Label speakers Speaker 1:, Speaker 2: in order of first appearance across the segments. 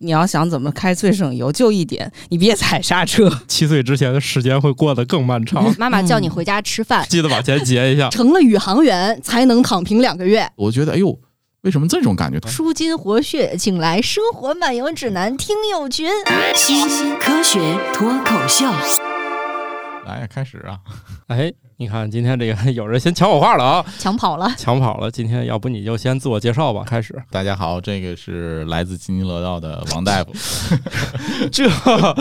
Speaker 1: 你要想怎么开最省油，就一点，你别踩刹车。
Speaker 2: 七岁之前的时间会过得更漫长，
Speaker 3: 妈妈叫你回家吃饭，
Speaker 2: 记得往前截一下。
Speaker 3: 成了宇航员才能躺平两个月。
Speaker 4: 我觉得，哎呦，为什么这种感觉？
Speaker 3: 舒筋活血，请来《生活漫游指南》听友群。
Speaker 5: 新科学脱口秀，
Speaker 4: 来开始啊！
Speaker 2: 哎，你看今天这个 有人先抢我话了啊，
Speaker 3: 抢跑了，
Speaker 2: 抢跑了。今天要不你就先自我介绍吧，开始。
Speaker 4: 大家好，这个是来自津津乐道的王大 夫。
Speaker 2: 这，啊，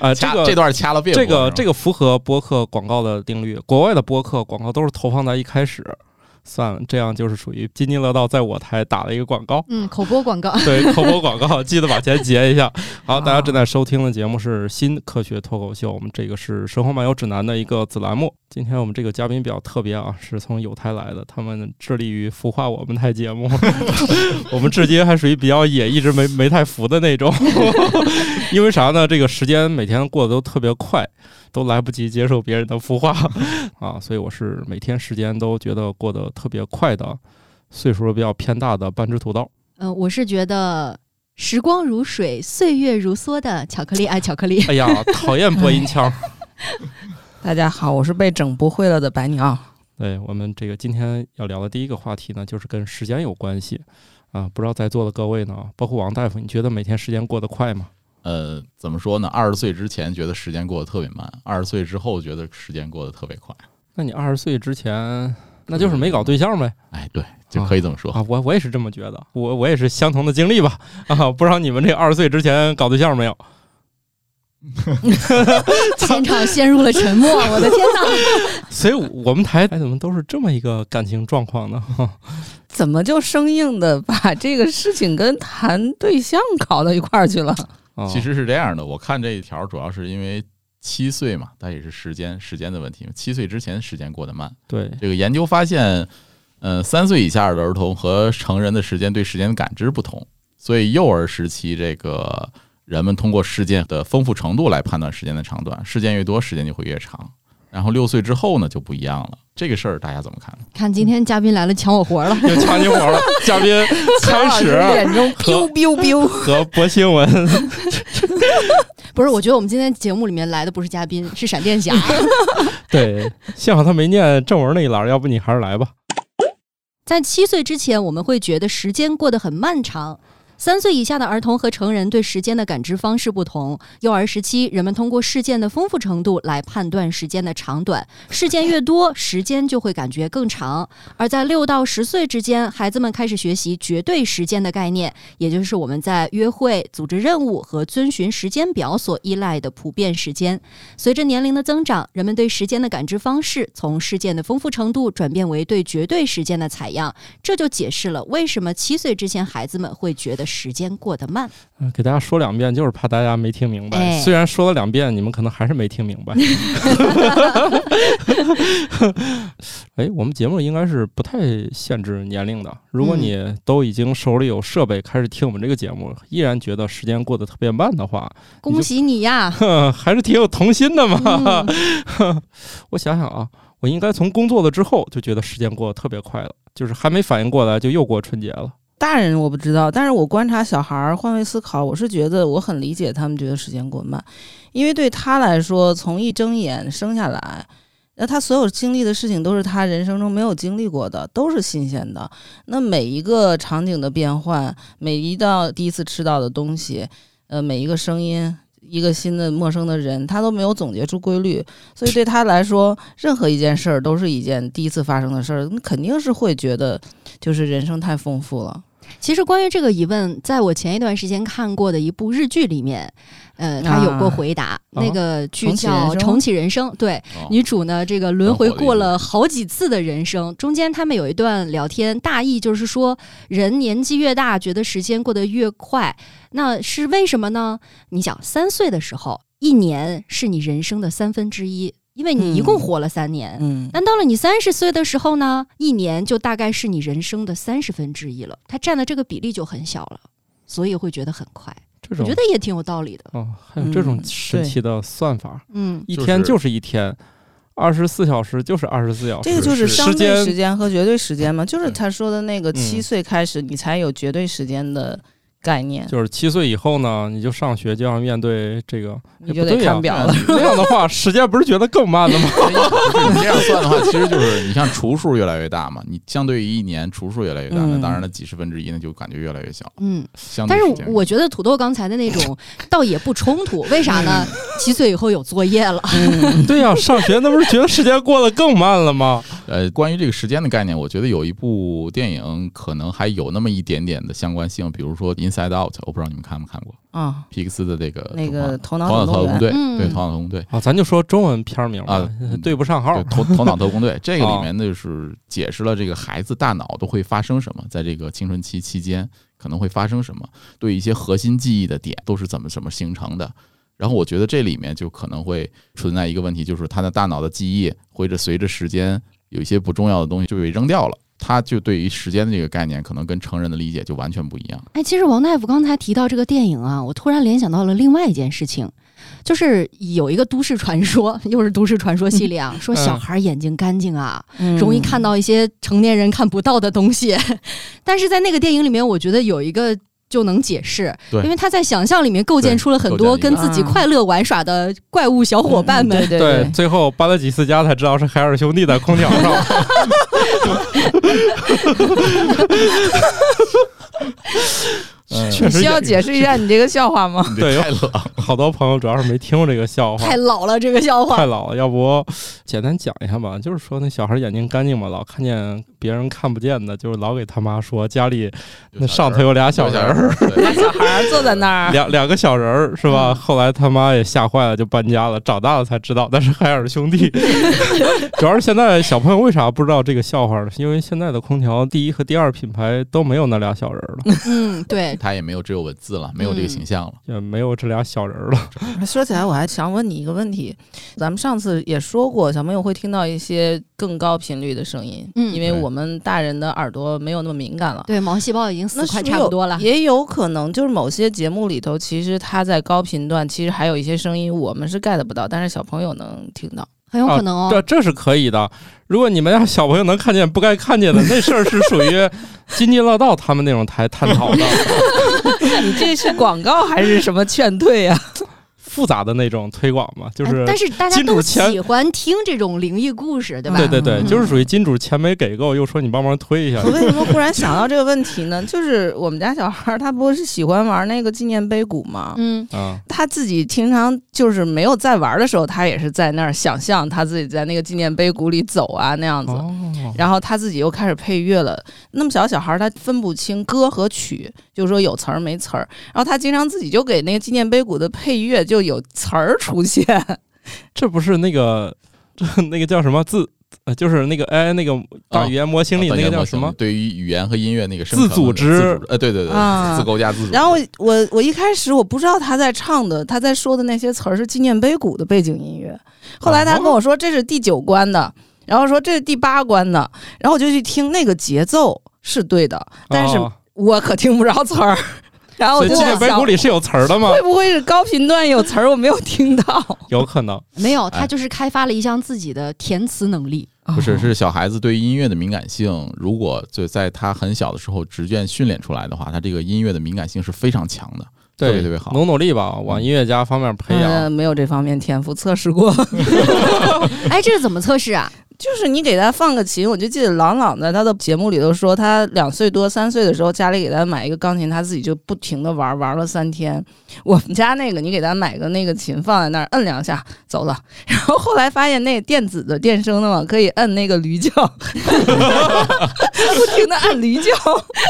Speaker 2: 这
Speaker 4: 掐
Speaker 2: 个
Speaker 4: 呃这段掐了别
Speaker 2: 这个这
Speaker 4: 个
Speaker 2: 个符合播客广告的定律，国外的播客广告都是投放在一开始。算了，这样就是属于津津乐道在我台打了一个广告，
Speaker 3: 嗯，口播广告。
Speaker 2: 对口播广告，记得把钱结一下。好，大家正在收听的节目是《新科学脱口秀》，我们这个是《生活漫游指南》的一个子栏目。今天我们这个嘉宾比较特别啊，是从有台来的，他们致力于孵化我们台节目， 我们至今还属于比较野，一直没没太服的那种。 因为啥呢？这个时间每天过得都特别快，都来不及接受别人的孵化啊，所以我是每天时间都觉得过得特别快的，岁数比较偏大的半只土豆。
Speaker 3: 嗯、我是觉得时光如水，岁月如梭的巧克力爱巧克力。
Speaker 2: 哎呀，讨厌播音腔。
Speaker 1: 大家好，我是被整不会了的白鸟。
Speaker 2: 对我们这个今天要聊的第一个话题呢，就是跟时间有关系啊。不知道在座的各位呢，包括王大夫，你觉得每天时间过得快吗？
Speaker 4: 呃，怎么说呢？二十岁之前觉得时间过得特别慢，二十岁之后觉得时间过得特别快。
Speaker 2: 那你二十岁之前，那就是没搞对象呗
Speaker 4: 哎，对，就可以这么说。
Speaker 2: 啊！我我也是这么觉得，我我也是相同的经历吧啊！不知道你们这二十岁之前搞对象没有？
Speaker 3: 现场陷入了沉默，我的天哪！
Speaker 2: 所以我们台哎怎么都是这么一个感情状况呢？
Speaker 1: 怎么就生硬的把这个事情跟谈对象搞到一块儿去了？
Speaker 2: 啊
Speaker 4: 其实是这样的，我看这一条主要是因为七岁嘛，但也是时间时间的问题。七岁之前时间过得慢，
Speaker 2: 对
Speaker 4: 这个研究发现，呃，三岁以下的儿童和成人的时间对时间的感知不同，所以幼儿时期这个人们通过事件的丰富程度来判断时间的长短，事件越多，时间就会越长。然后六岁之后呢就不一样了，这个事儿大家怎么看？
Speaker 3: 看今天嘉宾来了，抢我活了。
Speaker 2: 又抢你活了，嘉宾开始
Speaker 1: 眼中 biu biu biu，
Speaker 2: 和博新闻
Speaker 3: 不是，我觉得我们今天节目里面来的不是嘉宾，是闪电侠。
Speaker 2: 对，幸好他没念正文那一栏，要不你还是来吧。
Speaker 3: 在七岁之前，我们会觉得时间过得很漫长。三岁以下的儿童和成人对时间的感知方式不同。幼儿时期，人们通过事件的丰富程度来判断时间的长短，事件越多，时间就会感觉更长。而在六到十岁之间，孩子们开始学习绝对时间的概念，也就是我们在约会、组织任务和遵循时间表所依赖的普遍时间。随着年龄的增长，人们对时间的感知方式从事件的丰富程度转变为对绝对时间的采样，这就解释了为什么七岁之前孩子们会觉得时间过得慢。
Speaker 2: 嗯给大家说两遍，就是怕大家没听明白。
Speaker 3: 哎
Speaker 2: 虽然说了两遍，你们可能还是没听 明白。哎，我们节目应该是不太限制年龄的。如果你都已经手里有设备开始听我们这个节目，依然觉得时间过得特别慢的话，
Speaker 3: 恭喜你呀！
Speaker 2: 哼， 还是挺有童心的嘛。
Speaker 3: 嗯
Speaker 2: 我想想啊，我应该从工作了之后就觉得时间过得特别快了，就是还没反应过来就又过春节了。
Speaker 1: 大人我不知道，但是我观察小孩儿换位思考，我是觉得我很理解他们觉得时间过慢，因为对他来说，从一睁眼生下来，那他所有经历的事情都是他人生中没有经历过的，都是新鲜的。那每一个场景的变换，每一道第一次吃到的东西，呃，每一个声音。一个新的陌生的人，他都没有总结出规律，所以对他来说，任何一件事儿都是一件第一次发生的事儿，那肯定是会觉得就是人生太丰富了。
Speaker 3: 其实关于这个疑问，在我前一段时间看过的一部日剧里面，呃，他有过回答。那个剧叫《哦重
Speaker 1: 重
Speaker 3: 启人生》，对，
Speaker 4: 哦
Speaker 3: 女主呢，这个轮回过了好几次的人生，中间他们有一段聊天，大意就是说，人年纪越大，觉得时间过得越快，那是为什么呢？你想，三岁的时候，一年是你人生的三分之一，因为你一共
Speaker 1: 嗯
Speaker 3: 活了三年。
Speaker 1: 嗯，
Speaker 3: 但到了你三十岁的时候呢，一年就大概是你人生的三十分之一了，它占的这个比例就很小了，所以会觉得很快。
Speaker 2: 这
Speaker 3: 我
Speaker 2: 种
Speaker 3: 觉得也挺有道理的。
Speaker 2: 哦，还有这种
Speaker 1: 嗯
Speaker 2: 神奇的算法，
Speaker 3: 嗯，
Speaker 2: 一
Speaker 4: 就是
Speaker 2: 天就是一天，二十四小时哦就是二十四小时，
Speaker 1: 这个就是
Speaker 2: 时
Speaker 1: 相对时
Speaker 2: 间。
Speaker 1: 间和绝对时间嘛，就是
Speaker 4: 对
Speaker 1: 他说的那个
Speaker 2: 嗯
Speaker 1: 七岁开始你才有绝对时间的概念，
Speaker 2: 就是七岁以后呢，你就上学就要面对这个，
Speaker 1: 你就
Speaker 2: 不
Speaker 1: 得
Speaker 2: 对呀
Speaker 1: 看表了。
Speaker 2: 那样的话，时间不是觉得更慢了吗？
Speaker 4: 不是你这样算的话，其实就是你像除数越来越大嘛，你相对于一年除数越来越大，那
Speaker 1: 嗯
Speaker 4: 当然了，几十分之一那就感觉越来越小。
Speaker 3: 嗯，
Speaker 4: 相对
Speaker 3: 但
Speaker 4: 时
Speaker 3: 是
Speaker 4: 间
Speaker 3: 我觉得土豆刚才的那 种倒也不冲突，为啥呢？
Speaker 4: 嗯
Speaker 3: 七岁以后有作业 了，
Speaker 2: 对呀、上学那不是觉得时间过得更慢了吗？
Speaker 4: 呃，关于这个时间的概念，我觉得有一部电影可能还有那么一点点的相关性，比如说《Inside Out》，我不知道你们看没看过
Speaker 1: 啊，
Speaker 4: 皮克斯的这个
Speaker 1: 那个头
Speaker 4: 动画
Speaker 1: 脑
Speaker 4: 呃
Speaker 1: 总
Speaker 4: 头脑特
Speaker 1: 动
Speaker 4: 工
Speaker 1: 员，
Speaker 4: 队，
Speaker 3: 嗯
Speaker 4: 对头脑特工队。
Speaker 2: 啊，咱就说中文片名吧，
Speaker 4: 啊
Speaker 2: 呃对不上号啊
Speaker 4: 对。头头脑特工队，这个里面呢就是解释了这个孩子大脑都会发生什么，在这个青春期期间可能会发生什么，对一些核心记忆的点都是怎么怎么形成的。然后我觉得这里面就可能会存在一个问题，就是他的大脑的记忆会着随着时间有一些不重要的东西就被扔掉了，他就对于时间的这个概念可能跟成人的理解就完全不一样。
Speaker 3: 哎，其实王大夫刚才提到这个电影啊，我突然联想到了另外一件事情，就是有一个都市传说，又是都市传说系列 啊，说
Speaker 4: 嗯
Speaker 3: 小孩眼睛干净啊，
Speaker 1: 嗯
Speaker 3: 容易看到一些成年人看不到的东 西。但是在那个电影里面，我觉得有一个。就能解释，
Speaker 4: 对
Speaker 3: 因为他在想象里面构建
Speaker 4: 对
Speaker 3: 出了很
Speaker 4: 构建
Speaker 3: 多
Speaker 4: 了一个嗯
Speaker 3: 跟自己快乐玩耍的怪物小伙伴们。
Speaker 1: 嗯对
Speaker 2: 对， 最后搬了几次家才知道是海尔兄弟在空 调上。
Speaker 4: 嗯
Speaker 2: 确实
Speaker 1: 需要
Speaker 2: 有
Speaker 1: 解释一下你这个笑话 吗？
Speaker 4: 你
Speaker 2: 对
Speaker 4: 这
Speaker 2: 有
Speaker 4: 太冷了，
Speaker 2: 好多朋友主要是没听过这个笑话
Speaker 3: 太，老了，这个笑话
Speaker 2: 太。老了。要不简单讲一下吧，就是说那小孩眼睛干净嘛，老看见别人看不见的，就是老给他妈说家里那上头有俩小人儿，
Speaker 4: 儿，对
Speaker 1: 小孩儿坐在那儿，
Speaker 2: 两两个小人儿是
Speaker 3: 嗯
Speaker 2: 吧？后来他妈也吓坏了，就搬家了。长大了才知道那是海尔兄 弟。主要是现在小朋友为啥不知道这个笑话呢？是因为现在的空调第一和第二品牌都没有那俩小人儿了，
Speaker 3: 嗯，对，
Speaker 4: 他也没有只有文字了，没有这
Speaker 2: 嗯
Speaker 4: 个形象了。
Speaker 2: 也没有这俩小人儿了。
Speaker 1: 说起来，我还想问你一个问题。咱们上次也说过，小朋友会听到一些更高频率的声音，
Speaker 3: 嗯
Speaker 1: 因为
Speaker 4: 对
Speaker 1: 我们大人的耳朵没有那么敏感了。
Speaker 3: 对，毛细胞已经
Speaker 1: 那
Speaker 3: 死
Speaker 1: 是
Speaker 3: 快
Speaker 1: 是
Speaker 3: 差不多了
Speaker 1: 有。也有可能就是某些节目里头，其实它在高频段，其实还有一些声音我们是 get 不到，但是小朋友能听到。
Speaker 3: 很有可能哦。
Speaker 2: 这这是可以的。如果你们让小朋友能看见不该看见的，那事儿是属于津津乐道他们那种台探讨的
Speaker 1: 你这是广告还是什么劝退呀、
Speaker 2: 复杂的那种推广嘛，就
Speaker 3: 哎
Speaker 2: 是。
Speaker 3: 但是大家
Speaker 2: 金
Speaker 3: 都
Speaker 2: 主钱
Speaker 3: 喜欢听这种灵异故事，对吧？
Speaker 2: 对对对，
Speaker 1: 嗯
Speaker 2: 就是属于金主钱没给够，又说你帮忙推一下
Speaker 1: 我，为什么忽然想到这个问题呢？就是我们家小孩儿他不是喜欢玩那个纪念碑谷吗？
Speaker 3: 嗯，
Speaker 2: 啊，
Speaker 1: 他自己平常就是没有在玩的时候，他也是在那儿想象他自己在那个纪念碑谷里走啊那样子。
Speaker 2: 哦
Speaker 1: 然后他自己又开始配乐了。那么小小孩儿他分不清歌和曲，就是说有词儿没词儿。然后他经常自己就给那个纪念碑谷的配乐就有词儿出现。
Speaker 2: 这不是那个这那个叫什么字？呃，就是那个哎，那个大语言模
Speaker 4: 啊哦
Speaker 2: 型里、那个叫什么？
Speaker 4: 对于语言和音乐那个生
Speaker 2: 自
Speaker 4: 成的
Speaker 2: 组织
Speaker 4: 自呃，对对对，
Speaker 1: 啊
Speaker 4: 自构架自主。
Speaker 1: 然后我我我一开始我不知道他在唱的，他在说的那些词儿是纪念碑谷的背景音乐。后来他跟我说这是第九关的，然后说这是第八关的，然后我就去听那个节奏是对的，但是哦
Speaker 2: 哦
Speaker 1: 我可听不着词儿。 然后我
Speaker 2: 所以
Speaker 1: 就
Speaker 2: 纪
Speaker 1: 在
Speaker 2: 念碑
Speaker 1: 想
Speaker 2: 谷里是有词儿的吗？
Speaker 1: 会不会是高频段有词儿我没有听到？
Speaker 2: 有可能。
Speaker 3: 没有，他
Speaker 4: 哎
Speaker 3: 就是开发了一项自己的填词能力。
Speaker 4: 不是，是小孩子对于音乐的敏感性，如果就在他很小的时候逐渐训练出来的话，他这个音乐的敏感性是非常强的。
Speaker 2: 对，
Speaker 4: 特别特别好
Speaker 2: 努努力吧，往音乐家方面培养。
Speaker 1: 呃，没有这方面天赋，测试过。
Speaker 3: 哎，这是怎么测试啊？
Speaker 1: 就是你给他放个琴，我就记得郎朗在他的节目里头说，他两岁多、三岁的时候，家里给他买一个钢琴，他自己就不停的玩，玩了三天。我们家那个，你给他买个那个琴放在那儿，摁两下走了。然后后来发现那电子的电声的嘛，可以摁那个驴叫， 不停的按驴叫，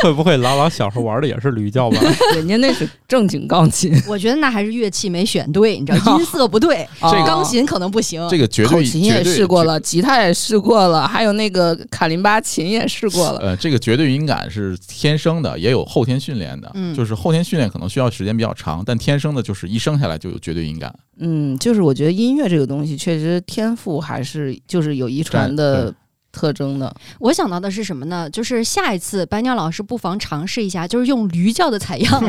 Speaker 2: 会不会郎朗小时候玩的也是驴叫吧？
Speaker 1: 人家那是正经钢琴，
Speaker 3: 我觉得那还是乐器没选对，你知 道，音色不对，
Speaker 1: 这
Speaker 4: 个
Speaker 3: 钢琴可能不行。
Speaker 4: 这个绝
Speaker 1: 口
Speaker 4: 对
Speaker 1: 琴
Speaker 4: 绝
Speaker 1: 也
Speaker 4: 对
Speaker 1: 试过
Speaker 4: 绝
Speaker 1: 了，吉他也试过了，还有那个卡林巴琴也试过了。
Speaker 4: 呃，这个绝对敏感是天生的，也有后天训练的。
Speaker 3: 嗯
Speaker 4: 就是后天训练可能需要时间比较长，但天生的就是一生下来就有绝对敏感。
Speaker 1: 嗯，就是我觉得音乐这个东西，确实天赋还是就是有遗传的特征的。
Speaker 3: 我想到的是什么呢？就是下一次白鸟老师不妨尝试一下，就是用驴叫的 采样，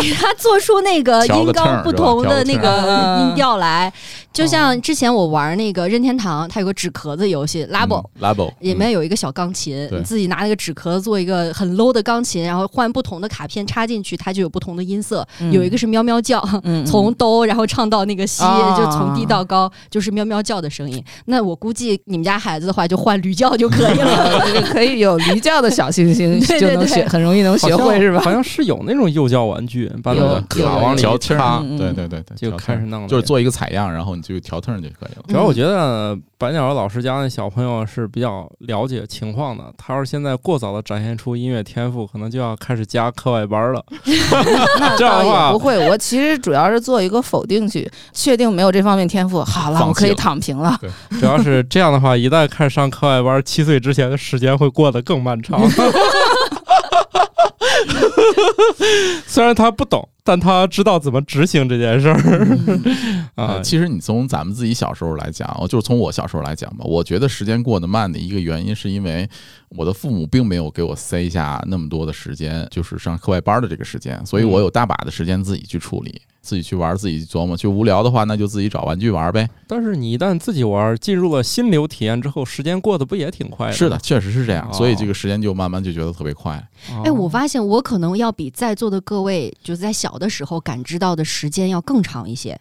Speaker 3: 给他做出那个
Speaker 4: 调
Speaker 3: 音
Speaker 4: 个
Speaker 3: 高
Speaker 4: 调儿
Speaker 3: 不
Speaker 4: 是
Speaker 3: 同
Speaker 4: 吧调哦
Speaker 3: 的
Speaker 4: 个
Speaker 3: 那
Speaker 4: 调
Speaker 1: 儿
Speaker 3: 个音调来。就像之前我玩那个任天堂，它有个纸壳子游戏 Labo，、
Speaker 4: Labo
Speaker 3: 里面有一个小钢琴，
Speaker 4: 嗯对
Speaker 3: 你自己拿那个纸壳做一个很 low 的钢琴，然后换不同的卡片插进去，它就有不同的音色。
Speaker 1: 嗯
Speaker 3: 有一个是喵喵叫，
Speaker 1: 嗯嗯
Speaker 3: 从哆然后唱到那个西，
Speaker 1: 啊
Speaker 3: 就从低到高就是喵喵叫的声音。那我估计你们家孩子的话，就换驴叫就可以了。
Speaker 1: 这个可以有驴叫的小星星
Speaker 3: 对对
Speaker 1: 就能学，
Speaker 3: 对
Speaker 1: 很容 易能学
Speaker 2: 好
Speaker 1: 会
Speaker 2: 像
Speaker 1: 是吧？
Speaker 2: 好像是有那种幼教玩具，把那
Speaker 1: 有
Speaker 2: 个
Speaker 1: 有
Speaker 2: 卡往里
Speaker 4: 调
Speaker 2: 一
Speaker 4: 听
Speaker 2: 插
Speaker 4: 儿，
Speaker 1: 嗯嗯
Speaker 4: 对对对对，
Speaker 2: 就
Speaker 4: 调
Speaker 2: 开
Speaker 4: 听
Speaker 2: 始
Speaker 4: 儿
Speaker 2: 弄了，
Speaker 4: 就是做一个采样，然后你就调 turn 就可以了。
Speaker 1: 嗯
Speaker 2: 主要我觉得白鸟老师家的小朋友是比较了解情况的，他要是现在过早的展现出音乐天赋，可能就要开始加课外班了。
Speaker 1: 那
Speaker 2: 这样
Speaker 1: 倒
Speaker 2: 的
Speaker 1: 也
Speaker 2: 话
Speaker 1: 不会，我其实主要是做一个否定句，确定没有这方面天赋，好了，
Speaker 4: 放
Speaker 1: 我可
Speaker 4: 弃
Speaker 1: 以
Speaker 4: 了
Speaker 1: 躺平了。
Speaker 2: 主要是这样的话，一旦开始上课外班，七岁之前的时间会过得更漫长。 虽然他不懂，但他知道怎么执行这件事儿 啊
Speaker 1: 嗯
Speaker 4: 呃，。其实你从咱们自己小时候来讲，哦就是从我小时候来讲吧，我觉得时间过得慢的一个原因，是因为我的父母并没有给我塞下那么多的时间，就是上课外班的这个时间，所以我有大把的时间自己去处理，自己去玩，自己去琢磨。就无聊的话，那就自己找玩具玩呗。
Speaker 2: 但是你一旦自己玩，进入了心流体验之后，时间过得不也挺快的？
Speaker 4: 是的，，确实是这样，
Speaker 2: 哦
Speaker 4: 所以这个时间就慢慢就觉得特别快。
Speaker 1: 哦
Speaker 3: 哎，我发现我可能要比在座的各位，就是在小的时候感知到的时间要更长一些。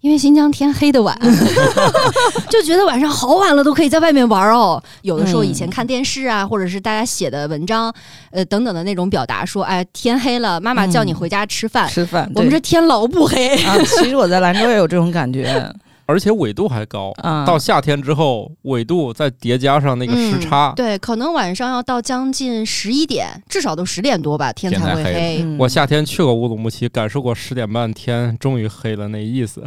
Speaker 3: 因为新疆天黑的晚， 就觉得晚上好晚了都可以在外面玩哦。有的时候以
Speaker 2: 嗯
Speaker 3: 前看电视啊，或者是大家写的文章，呃等等的那种表达说，哎，天黑了，妈妈叫
Speaker 2: 嗯
Speaker 3: 你回家吃 饭。
Speaker 1: 吃饭，
Speaker 3: 我们这
Speaker 1: 对
Speaker 3: 天老不黑，
Speaker 1: 啊，其实我在兰州也有这种感觉
Speaker 2: 而且纬度还高，
Speaker 1: 啊。
Speaker 2: 到夏天之后，纬度再叠加上那个时
Speaker 1: 嗯
Speaker 2: 差，
Speaker 3: 嗯对，可能晚上要到将近十一点，至少都十点多吧，天
Speaker 4: 天
Speaker 3: 才
Speaker 4: 才
Speaker 3: 会
Speaker 4: 黑了
Speaker 3: 黑。
Speaker 1: 嗯
Speaker 2: 我夏天去过乌鲁木齐，感受过十点半天，终于黑了那意思。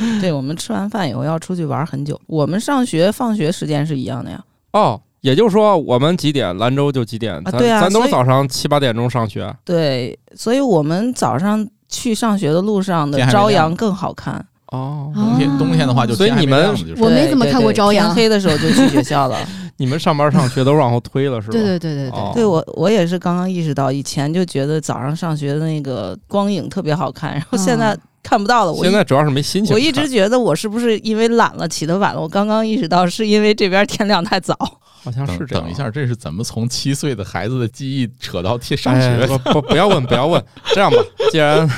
Speaker 1: 嗯对我们吃完饭以后要出去玩很久，我们上学放学时间是一样的呀。
Speaker 2: 哦，也就是说我们几点，兰州就几点，咱、
Speaker 1: 对啊
Speaker 2: 咱
Speaker 1: 所
Speaker 2: 都
Speaker 1: 以
Speaker 2: 早上七八点钟上学。
Speaker 1: 对，所以我们早上去上学的路上的
Speaker 4: 天还没
Speaker 1: 朝阳
Speaker 4: 亮
Speaker 1: 更好看。
Speaker 2: 哦
Speaker 3: 啊
Speaker 4: 冬天冬天的话就
Speaker 2: 所以
Speaker 4: 天还
Speaker 2: 你
Speaker 4: 没
Speaker 2: 们
Speaker 4: 亮呢就是
Speaker 3: 我没
Speaker 1: 对
Speaker 3: 怎么
Speaker 1: 对
Speaker 3: 看过
Speaker 1: 对
Speaker 3: 朝阳
Speaker 1: 天黑的时候就去学校了。
Speaker 2: 你们上班上学都往后推了是吧？
Speaker 3: 对对对对 对，
Speaker 2: 哦
Speaker 1: 对我，我也是刚刚意识到，以前就觉得早上上学的那个光影特别好看，然后现在
Speaker 3: 嗯
Speaker 1: 看不到了。我
Speaker 2: 现
Speaker 1: 一
Speaker 2: 在主要是没心情看。
Speaker 1: 我一直觉得我是不是因为懒了起得晚了？我刚刚意识到是因为这边天亮太早。
Speaker 2: 好像是
Speaker 4: 等
Speaker 2: 这样。
Speaker 4: 等一，下，这是怎么从七岁的孩子的记忆扯到天上
Speaker 2: 哎
Speaker 4: 学，的？
Speaker 2: 不不不要问，不要问。这样吧，既然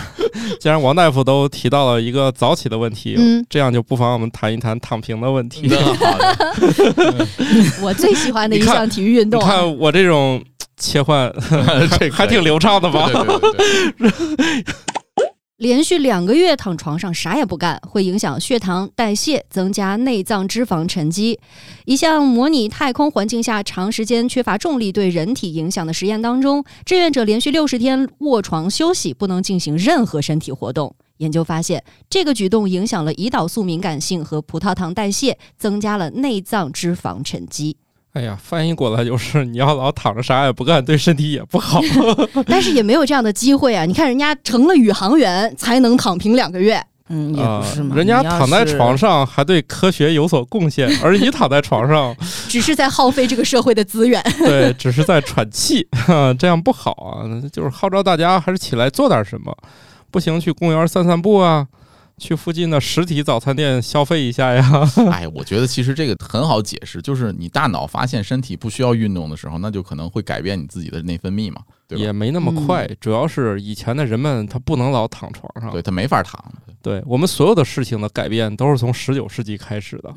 Speaker 2: 既然王大夫都提到了一个早起的问题，
Speaker 3: 嗯
Speaker 2: 这样就不妨我们谈一谈躺平的问题。
Speaker 4: 那好的
Speaker 3: 我最喜欢的 一
Speaker 2: 你看
Speaker 3: 项体育运
Speaker 2: 你
Speaker 3: 动啊。
Speaker 2: 看我这种切换
Speaker 4: 这个
Speaker 2: 还挺流畅的吧？
Speaker 4: 对对对对对
Speaker 3: 连续两个月躺床上啥也不干，会影响血糖代谢，增加内脏脂肪沉积。一项模拟太空环境下长时间缺乏重力对人体影响的实验当中，志愿者连续六十天卧床休息，不能进行任何身体活动。研究发现，这个举动影响了胰岛素敏感性和葡萄糖代谢，增加了内脏脂肪沉积。
Speaker 2: 哎呀，翻译过来就是你要老躺着啥也不干，对身体也不好。
Speaker 3: 但是也没有这样的机会啊！你看，人家成了宇航员才能躺平两个月，
Speaker 1: 嗯，也
Speaker 2: 啊
Speaker 1: 不是嘛，
Speaker 2: 人家躺在
Speaker 1: 上，
Speaker 2: 床上还对科学有所贡献，而你躺在床上，
Speaker 3: 只是在耗费这个社会的资源。
Speaker 2: 对，只是在喘气， 这样不好啊！就是号召大家还是起来做点什么，不行去公园散散步啊，去附近的实体早餐店消费一下呀。
Speaker 4: 对哎，我觉得其实这个很好解释，就是你大脑发现身体不需要运动的时候，那就可能会改变你自己的内分泌嘛，对
Speaker 2: 也
Speaker 4: 吧？
Speaker 2: 没那么快，主要是以前的人们他不能老躺床上。
Speaker 4: 对，它没法 躺。
Speaker 2: 对我们所有的事情的改变都是从十九世纪开始的，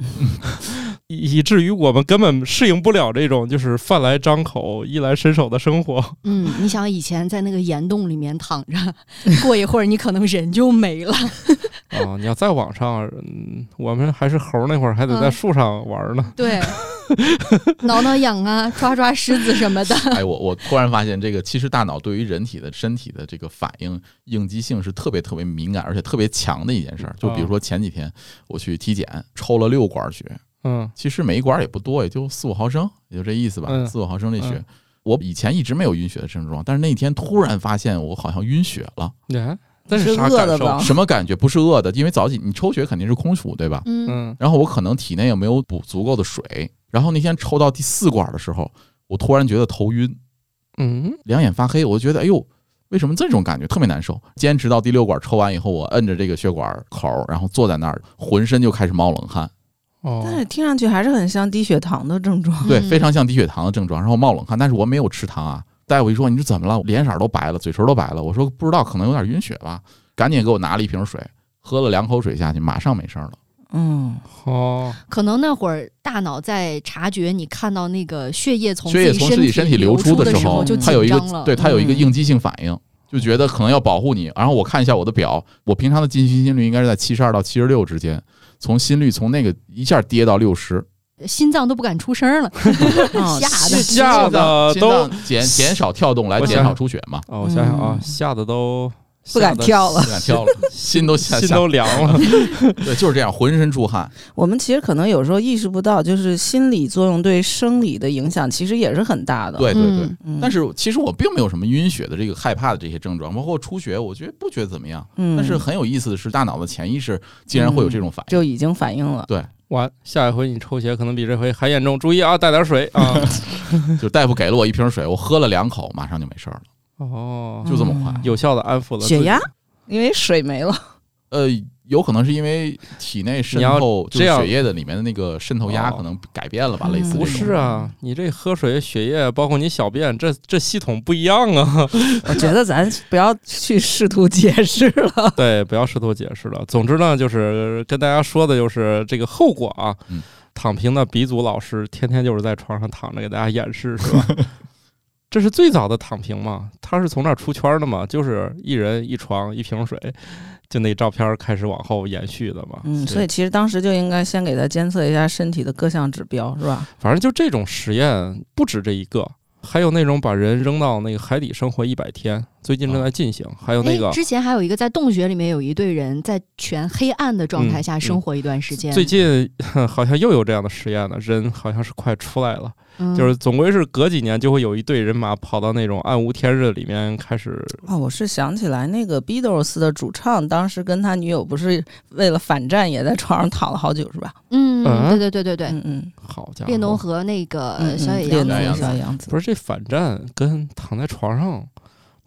Speaker 2: 以以至于我们根本适应不了这种就是饭来张口、衣来伸手的生活。
Speaker 3: 嗯，你想以前在那个岩洞里面躺着， 过一会儿你可能人就没了。
Speaker 2: 啊，你要再往上，嗯，我们还是猴那会儿，还得在
Speaker 3: 嗯
Speaker 2: 树上玩呢。
Speaker 3: 对， 挠挠痒啊，抓抓虱子什么的。
Speaker 4: 哎，我我突然发现，这个其实大脑对于人体的身体的这个反应应激性是特别特别敏感，而且特别强的一件事儿。就比如说前几天我去体检，抽了六管血，
Speaker 2: 嗯，
Speaker 4: 其实每一管儿也不多，也就四五毫升，也就这意思吧，
Speaker 2: 嗯
Speaker 4: 四五毫升这血
Speaker 2: 嗯。
Speaker 4: 我以前一直没有晕血的症状，但是那天突然发现我好像晕血了，
Speaker 2: 你看，这
Speaker 1: 是
Speaker 2: 啥
Speaker 1: 饿
Speaker 2: 感
Speaker 1: 的
Speaker 2: 受
Speaker 1: 吧？
Speaker 4: 什么感觉？不是饿的，因为早起你抽血肯定是空腹，对吧？
Speaker 3: 嗯，
Speaker 2: 嗯，
Speaker 4: 然后我可能体内也没有补足够的水，然后那天抽到第四管的时候，我突然觉得头晕，
Speaker 2: 嗯，
Speaker 4: 两眼发黑，我就觉得哎呦，为什么这种感觉特别难受？坚持到第六管抽完以后，我摁着这个血管口儿，然后坐在那儿，浑身就开始冒冷汗，
Speaker 2: 哦，
Speaker 1: 但是听上去还是很像低血糖的症状。
Speaker 4: 对，
Speaker 3: 嗯
Speaker 4: 非常像低血糖的症状，然后冒冷汗，但是我没有吃糖啊。大夫一说你这怎么了，我脸色都白了，嘴唇都白了。我说不知道，可能有点晕血吧。赶紧给我拿了一瓶水，喝了两口水下去，马上没事儿了。
Speaker 1: 嗯，
Speaker 2: 哦，
Speaker 3: 可能那会儿大脑在察觉你看到那个血液从
Speaker 4: 血液
Speaker 3: 自己
Speaker 4: 从自己身体流
Speaker 3: 流
Speaker 4: 出
Speaker 3: 的
Speaker 4: 的时
Speaker 3: 候
Speaker 1: 候
Speaker 3: 就
Speaker 4: 它有
Speaker 3: 紧
Speaker 4: 一
Speaker 3: 张了，
Speaker 4: 个对它有一个
Speaker 1: 嗯
Speaker 4: 应激性反应，就觉得可能要保护你。然后我看一下我的表，我平常的进行心率应该是在七十二到七十六之间，从心率从那个一下跌到六十，
Speaker 3: 心脏都不敢出声了，
Speaker 1: 哦
Speaker 3: 吓
Speaker 2: 这
Speaker 3: 得
Speaker 2: 吓得
Speaker 4: 心
Speaker 2: 都
Speaker 4: 脏减减少跳动来
Speaker 2: 我
Speaker 4: 减
Speaker 2: 想
Speaker 4: 少出血嘛，
Speaker 2: 哦，我想想啊，
Speaker 1: 嗯
Speaker 2: 吓得都
Speaker 1: 不敢
Speaker 2: 吓得
Speaker 1: 跳了
Speaker 4: 不敢 跳了，心都吓
Speaker 2: 心都凉了。
Speaker 4: 对，就是这样，浑身出汗。
Speaker 1: 我们其实可能有时候意识不到，就是心理作用对生理的影响其实也是很大的。
Speaker 4: 对对对，
Speaker 3: 嗯
Speaker 1: 嗯，
Speaker 4: 但是其实我并没有什么晕血的这个害怕的这些症状，包括出血，我觉得不觉得怎么样。
Speaker 1: 嗯，
Speaker 4: 但是很有意思的是，大脑的潜意识竟然
Speaker 3: 嗯
Speaker 4: 会有这种反应。
Speaker 1: 就已经反应了。
Speaker 2: 完，下一回你抽血可能比这回还严重，注意啊，带点水 啊。
Speaker 4: 就大夫给了我一瓶水，我喝了两口，马上就没事儿了，
Speaker 2: 哦，
Speaker 4: 就这么快。
Speaker 1: 嗯
Speaker 2: 有效的安抚了
Speaker 1: 血压
Speaker 2: 自己，
Speaker 1: 因为水没 了，
Speaker 4: 呃，有可能是因为体内渗
Speaker 2: 你要
Speaker 4: 透，
Speaker 2: 这
Speaker 4: 就是
Speaker 2: 样
Speaker 4: 血液的里面的那个渗透压
Speaker 2: 哦
Speaker 4: 可能改变了吧，
Speaker 1: 嗯
Speaker 4: 类似这种
Speaker 2: 不是啊，你这喝水、血液，包括你小便，这这系统不一样啊。
Speaker 1: 我觉得咱不要去试图解释 了。
Speaker 2: 对，不要试图解释了。总之呢，就是跟大家说的就是这个后果啊。
Speaker 4: 嗯
Speaker 2: 躺平的鼻祖老师天天就是在床上躺着给大家演示，是吧？ 这是最早的躺平嘛？他是从这儿出圈的嘛？就是一人一床一瓶水，就那照片开始往后延续的嘛。
Speaker 1: 嗯，所以其实当时就应该先给他监测一下身体的各项指标，是吧？
Speaker 2: 反正就这种实验不止这一个，还有那种把人扔到那个海底生活一百天，最近正在进行，还有那个
Speaker 3: 哎，之前还有一个在洞穴里面有一队人在全黑暗的状态下
Speaker 2: 嗯
Speaker 3: 生活一段时间，
Speaker 2: 最近 哼好像又有这样的实验了，人好像是快出来了，
Speaker 3: 嗯
Speaker 2: 就是总归是隔几年就会有一队人马跑到那种暗无天日里面开始，
Speaker 1: 哦，我是想起来那个 Beatles 的主唱当时跟他女友不是为了反战也在床上躺了好久，是吧？
Speaker 3: 嗯，
Speaker 2: 嗯
Speaker 3: 对对对对对，
Speaker 1: 嗯嗯
Speaker 2: 好家伙，
Speaker 3: 列侬和那个呃
Speaker 1: 嗯，
Speaker 3: 小
Speaker 1: 嗯
Speaker 3: 野洋子
Speaker 1: 列
Speaker 4: 那
Speaker 1: 侬
Speaker 4: 样
Speaker 1: 和小野洋子
Speaker 2: 不是这反战跟躺在床上。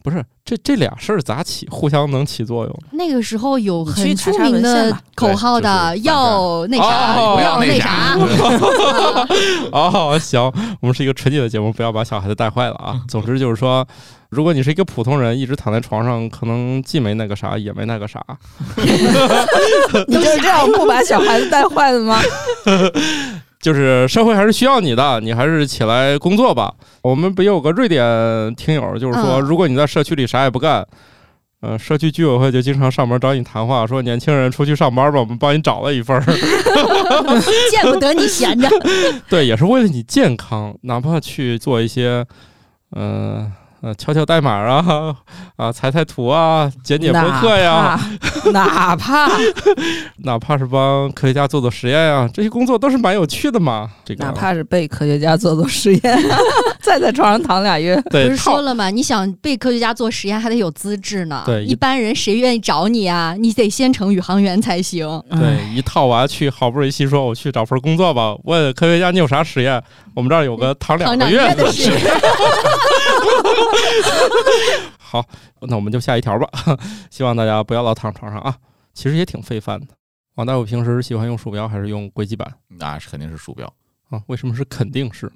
Speaker 2: 不是这这俩事儿咋起互相能起作用？
Speaker 3: 那个时候有
Speaker 1: 你
Speaker 3: 很
Speaker 1: 去查
Speaker 3: 出
Speaker 1: 查
Speaker 3: 名
Speaker 1: 文献
Speaker 3: 的
Speaker 1: 吧
Speaker 3: 口号的，
Speaker 4: 对就是
Speaker 3: 要那啥，
Speaker 2: 哦
Speaker 3: 不要
Speaker 4: 不要那
Speaker 3: 啥
Speaker 4: 啥。
Speaker 2: 哦，行，我们是一个纯洁的节目，不要把小孩子带坏了啊。总之就是说，如果你是一个普通人，一直躺在床上，可能既没那个啥，也没那个啥。
Speaker 1: 你就是这样不把小孩子带坏的吗？
Speaker 2: 就是社会还是需要你的，你还是起来工作吧。我们不也有个瑞典听友，就是说，
Speaker 3: 嗯
Speaker 2: 如果你在社区里啥也不干，呃，社区居委会就经常上门找你谈话，说年轻人出去上班吧，我们帮你找了一 份儿。
Speaker 3: 见不得你 闲着。
Speaker 2: 对，也是为了你健康，哪怕去做一些，呃呃，敲敲代码啊，啊，裁裁图啊，剪剪博客呀，
Speaker 1: 哪怕
Speaker 2: 哪怕是帮科学家做做实验呀、这些工作都是蛮有趣的嘛。这个
Speaker 1: 哪怕是被科学家做做实 验，再在床上躺俩月，
Speaker 3: 不
Speaker 2: 对
Speaker 3: 是
Speaker 2: 套
Speaker 3: 说了吗？你想被科学家做实验，还得有资质呢。
Speaker 2: 对
Speaker 3: 一般人谁愿意找你啊？你得先成宇航员才行。
Speaker 2: 对，一套娃去，好不容易心说我去找份工作吧。问科学家你有啥实验？我们这儿有个躺
Speaker 4: 啊
Speaker 2: 两
Speaker 3: 成
Speaker 2: 个
Speaker 3: 长
Speaker 2: 月
Speaker 3: 的实验，
Speaker 2: 好，那我们就下一条吧。 希望大家不要老躺床上啊，其实也挺费饭的。王大夫平时喜欢用鼠标还是用硅基板
Speaker 4: 那是肯定是鼠标，
Speaker 2: 啊？为什么是肯定是？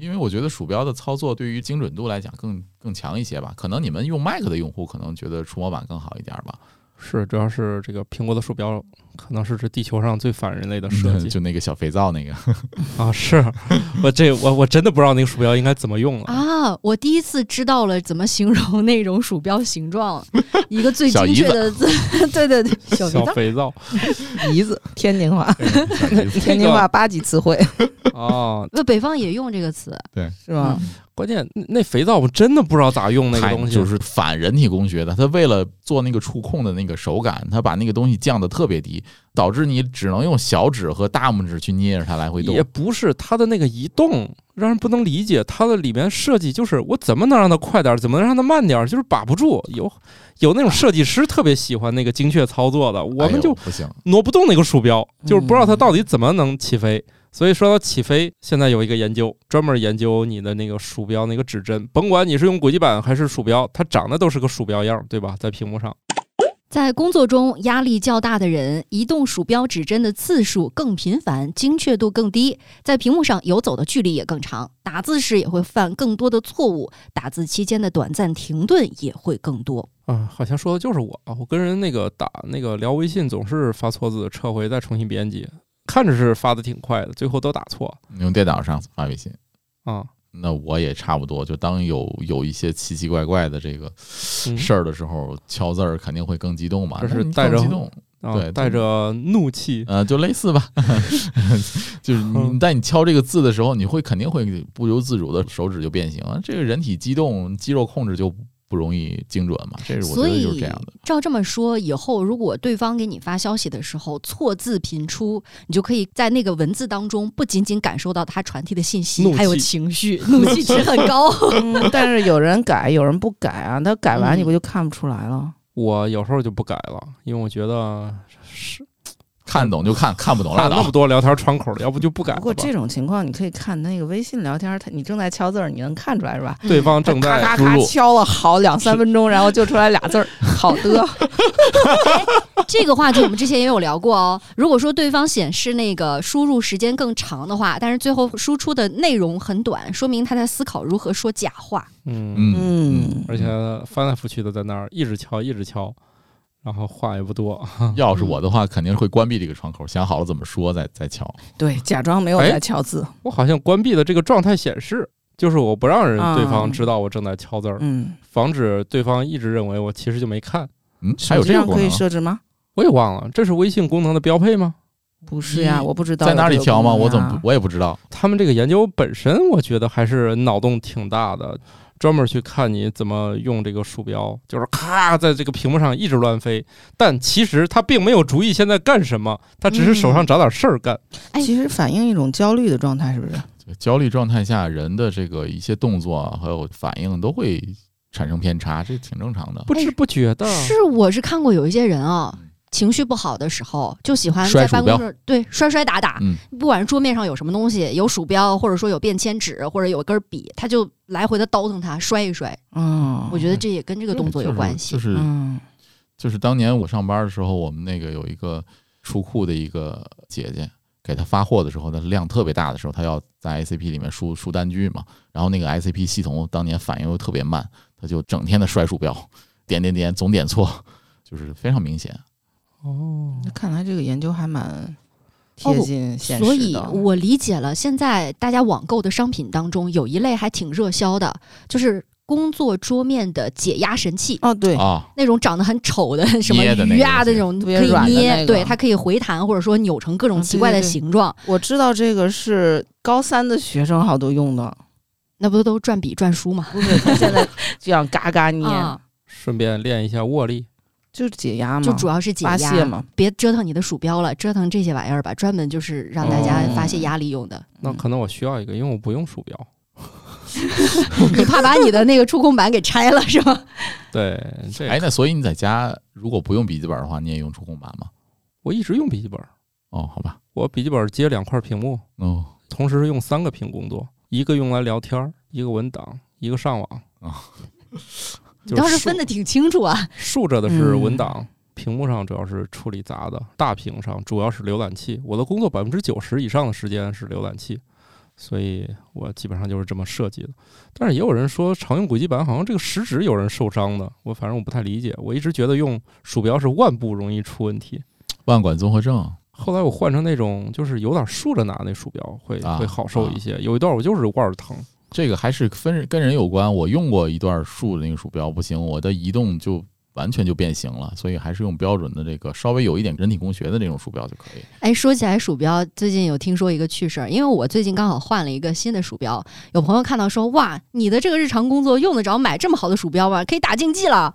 Speaker 4: 因为我觉得鼠标的操作对于精准度来讲更更强一些吧。可能你们用 Mac 的用户可能觉得触摸板更好一点吧，
Speaker 2: 是，主要是这个苹果的鼠标可能是这地球上最反人类的设计
Speaker 4: 就那个小肥皂 那个。
Speaker 2: 啊！是我这我我真的不知道那个鼠标应该怎么用了。
Speaker 3: 啊！我第一次知道了怎么形容那种鼠标形状，一个最
Speaker 4: 小
Speaker 3: 精
Speaker 4: 姨
Speaker 3: 确
Speaker 4: 子
Speaker 3: 的字。 对对对，小
Speaker 2: 小
Speaker 3: 姨子。
Speaker 2: 肥皂
Speaker 1: 鼻子，天津话，
Speaker 2: 这
Speaker 1: 天津
Speaker 2: 个
Speaker 1: 话八级词汇
Speaker 2: 啊，
Speaker 3: 不，北方也用这个词。
Speaker 1: 是吗？
Speaker 2: 关键那那肥皂我真的不知道咋用那个
Speaker 4: 太
Speaker 2: 东西，
Speaker 4: 就是反人体工学的，它为了做那个触控的那个手感，它把那个东西降得特别低，导致你只能用小指和大拇指去捏着它来回动
Speaker 2: 也。不是它的那个移动让人不能理解，它的里面设计就是我怎么能让它快点儿，怎么能让它慢点儿，就是把不住。有有那种设计师特别喜欢那个精确操作的，我
Speaker 4: 哎呦
Speaker 2: 们就
Speaker 4: 不行，
Speaker 2: 挪不动那个鼠标，就是不知道它
Speaker 1: 嗯
Speaker 2: 到底怎么能起飞。所以说到起飞，现在有一个研究专门研究你的那个鼠标那个指针，甭管你是用轨迹板还是鼠标，它长得都是个鼠标样，对吧？在屏幕上，
Speaker 3: 在工作中压力较大的人，移动鼠标指针的次数更频繁，精确度更低，在屏幕上游走的距离也更长，打字时也会犯更多的错误，打字期间的短暂停顿也会更多。
Speaker 2: 啊，好像说的就是我啊！我跟人那个打那个聊微信，总是发错字，撤回再重新编辑，看着是发的挺快的，最后都打错
Speaker 4: 你用电脑上发微信，
Speaker 2: 啊。
Speaker 4: 那我也差不多。就当有有一些奇奇怪怪的这个
Speaker 2: 嗯
Speaker 4: 事儿的时候，敲字儿肯定会更激动嘛，
Speaker 2: 就是
Speaker 4: 那你
Speaker 2: 带着
Speaker 4: 更激动，
Speaker 2: 啊，
Speaker 4: 对
Speaker 2: 带着怒气，
Speaker 4: 呃，就类似吧，就是你在你敲这个字的时候，你会肯定会不由自主的手指就变形啊。这个人体激动，肌肉控制就不容易精准嘛，这是我觉
Speaker 3: 所
Speaker 4: 得
Speaker 3: 以
Speaker 4: 就是这样的。
Speaker 3: 照这么说，以后如果对方给你发消息的时候错字频出，你就可以在那个文字当中不仅仅感受到他传递的信息
Speaker 2: 怒，气
Speaker 3: 还有情绪，怒气值很 高。
Speaker 1: 嗯，但是有人改，有人不改啊，他改完
Speaker 3: 嗯
Speaker 1: 你不就看不出来了？
Speaker 2: 我有时候就不改了，因为我觉得是
Speaker 4: 看懂就看，看不懂
Speaker 2: 哪
Speaker 4: 拉
Speaker 2: 有那么
Speaker 4: 倒。
Speaker 2: 多聊天窗口了，要不就不改了
Speaker 1: 不过
Speaker 2: 吧。
Speaker 1: 这种情况，你可以看那个微信聊天，他你正在敲字儿，你能看出来是吧？
Speaker 2: 对方正
Speaker 1: 咔
Speaker 2: 在
Speaker 1: 咔
Speaker 2: 输
Speaker 1: 咔
Speaker 2: 入，
Speaker 1: 敲了好两三分钟，然后就出来俩字儿，好的。
Speaker 3: 这个话题我们之前也有聊过哦。如果说对方显示那个输入时间更长的话，但是最后输出的内容很短，说明他在思考如何说假话。
Speaker 2: 嗯，
Speaker 4: 嗯
Speaker 1: 嗯
Speaker 2: 而且翻来覆去的在那儿一直敲，一直敲，然后话也不多。
Speaker 4: 要是我的话，肯定会关闭这个窗口，想好了怎么说再再敲。
Speaker 1: 对，假装没有
Speaker 2: 哎
Speaker 1: 在敲字。
Speaker 2: 我好像关闭的这个状态显示，就是我不让人对方
Speaker 1: 啊
Speaker 2: 知道我正在敲字儿，
Speaker 1: 嗯，
Speaker 2: 防止对方一直认为我其实就没看。
Speaker 4: 嗯，还有
Speaker 1: 手机
Speaker 4: 这
Speaker 1: 上
Speaker 4: 样功
Speaker 1: 可以
Speaker 4: 能？
Speaker 1: 设置吗？
Speaker 2: 我也忘了，这是微信功能的标配吗？
Speaker 1: 不是呀，
Speaker 4: 嗯
Speaker 1: 我不知道
Speaker 4: 在哪里
Speaker 1: 有这个
Speaker 4: 敲吗？
Speaker 1: 功能啊
Speaker 4: 我怎
Speaker 3: 啊
Speaker 1: 呀
Speaker 4: 么不我也不知道。
Speaker 2: 他们这个研究本身，我觉得还是脑洞挺大的，专门去看你怎么用这个鼠标，就是咔在这个屏幕上一直乱飞。但其实他并没有主意现在干什么，他只是手上找点事儿干。
Speaker 3: 哎
Speaker 1: 其实反映一种焦虑的状态，是不是？
Speaker 4: 焦虑状态下，人的这个一些动作啊还有反应都会产生偏差，这挺正常的。
Speaker 2: 不知不觉的，
Speaker 3: 是，我是看过有一些人啊、情绪不好的时候就喜欢在办
Speaker 4: 摔鼠标
Speaker 3: 公室对摔摔打打，
Speaker 4: 嗯，
Speaker 3: 不管是桌面上有什么东西，有鼠标，或者说有便签纸，或者有根笔，他就来回的倒腾它，摔一摔。
Speaker 1: 嗯，
Speaker 3: 我觉得这也跟这个动作有关系。
Speaker 4: 哦就是就是
Speaker 1: 嗯
Speaker 4: 就是当年我上班的时候，我们那个有一个出库的一个姐姐，给她发货的时候，她量特别大的时候，她要在 ICP 里面输输单据嘛，然后那个 ICP 系统当年反应又特别慢，她就整天的摔鼠标，点点点总点错，就是非常明显。
Speaker 2: 哦，
Speaker 1: 那看来这个研究还蛮贴近现
Speaker 3: 哦所
Speaker 1: 实
Speaker 3: 以
Speaker 1: 的。
Speaker 3: 我理解了，现在大家网购的商品当中有一类还挺热销的，就是工作桌面的解压神器。
Speaker 1: 哦，对，
Speaker 4: 啊，
Speaker 3: 那种长得很丑的什么
Speaker 4: 捏的那个
Speaker 3: 鱼啊
Speaker 4: 东
Speaker 3: 那
Speaker 4: 西
Speaker 3: 种
Speaker 1: 特
Speaker 3: 可
Speaker 1: 别
Speaker 3: 以
Speaker 1: 软的
Speaker 3: 捏，
Speaker 1: 那个
Speaker 3: 对，它可以回弹或者说扭成各种
Speaker 1: 嗯
Speaker 3: 奇怪的
Speaker 1: 对对对
Speaker 3: 形状，
Speaker 1: 我知道这个是高三的学生好多用 的，
Speaker 3: 那不都转笔转书吗？
Speaker 1: 不是他现在这样嘎嘎捏，
Speaker 3: 啊，
Speaker 2: 顺便练一下握力。
Speaker 1: 就是解压嘛，
Speaker 3: 就主要是
Speaker 1: 嗯
Speaker 3: 解
Speaker 1: 发泄
Speaker 3: 压，
Speaker 1: 嘛。嗯
Speaker 3: 别折腾你的鼠标了，折腾这些玩意儿吧，专门就是让大家
Speaker 1: 哦
Speaker 3: 发泄压力用的。
Speaker 2: 那可能我需要一个，因为我不用鼠标。
Speaker 3: 你怕把你的那个触控板给拆了是吧？
Speaker 2: 对，这
Speaker 4: 哎，那所以你在家如果不用笔记本的话，你也用触控板吗？
Speaker 2: 我一直用笔记本，
Speaker 4: 哦，好吧，
Speaker 2: 我笔记本接两块屏幕，
Speaker 4: 哦，
Speaker 2: 同时用三个屏工作，一个用来聊天儿，一个文档，一个上网。
Speaker 4: 啊
Speaker 3: 你倒是分
Speaker 2: 的。
Speaker 3: 得挺清楚啊。
Speaker 2: 竖着的是文
Speaker 1: 嗯
Speaker 2: 档，屏幕上主要是处理杂的，大屏上主要是浏览器。我的工作百分之九十以上的时间是浏览器，所以我基本上就是这么设计的。但是也有人说，常用轨迹板好像这个食指有人受伤的，我反正我不太理解。我一直觉得用鼠标是腕部容易出问题。
Speaker 4: 腕管综合症，
Speaker 2: 后来我换成那种就是有点竖着拿那鼠标会、
Speaker 4: 啊
Speaker 2: 会好受一些，有一段我就是腕儿疼，
Speaker 4: 这个还是分人跟人有关。我用过一段竖的那个鼠标，不行，我的移动就完全就变形了，所以还是用标准的这个稍微有一点人体工学的那种鼠标就可以。
Speaker 3: 哎，说起来鼠标，最近有听说一个趣事儿，因为我最近刚好换了一个新的鼠标，有朋友看到说哇，你的这个日常工作用得着买这么好的鼠标吗？可以打竞技了。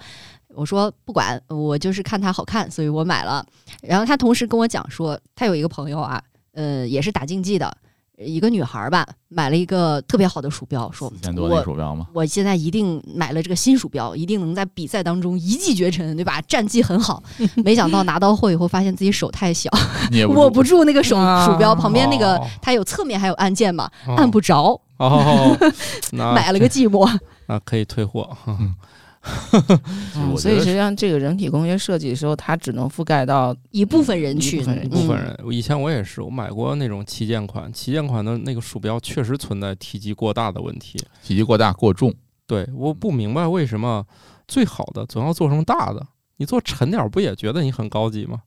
Speaker 3: 我说不管，我就是看它好看，所以我买了。然后他同时跟我讲说，他有一个朋友啊，呃，也是打竞技的，一个女孩儿吧，买了一个特别好的鼠标，说
Speaker 4: 四千多那
Speaker 3: 我
Speaker 4: 鼠标 吗？
Speaker 3: 我现在一定买了这个新鼠标，一定能在比赛当中一骑绝尘，对吧？战绩很 好。没想到拿到货以后，发现自己手太小，
Speaker 4: 你也
Speaker 3: 握
Speaker 4: 不
Speaker 3: 不
Speaker 4: 住
Speaker 3: 住那个手
Speaker 1: 啊
Speaker 3: 鼠标旁边那个
Speaker 2: 哎哦，
Speaker 3: 它有侧面还有按键嘛，
Speaker 2: 哦
Speaker 3: 按不着，
Speaker 2: 哦， 那
Speaker 3: 买了个寂寞。
Speaker 2: 那可以退货。
Speaker 1: 嗯
Speaker 4: 我觉
Speaker 1: 所
Speaker 4: 得
Speaker 1: 以
Speaker 4: 是
Speaker 1: 实际上，这个人体工学设计的时候，它只能覆盖到
Speaker 3: 一部分人
Speaker 1: 一
Speaker 3: 群，
Speaker 1: 部分人
Speaker 2: 一部分
Speaker 3: 嗯
Speaker 2: 人，以前我也是，我买过那种旗舰款，旗舰款的那个鼠标确实存在体积过大的问题。
Speaker 4: 体积过大过重，
Speaker 2: 对，我不明白为什么最好的总要做成大的，你做沉点儿不也觉得你很高级吗？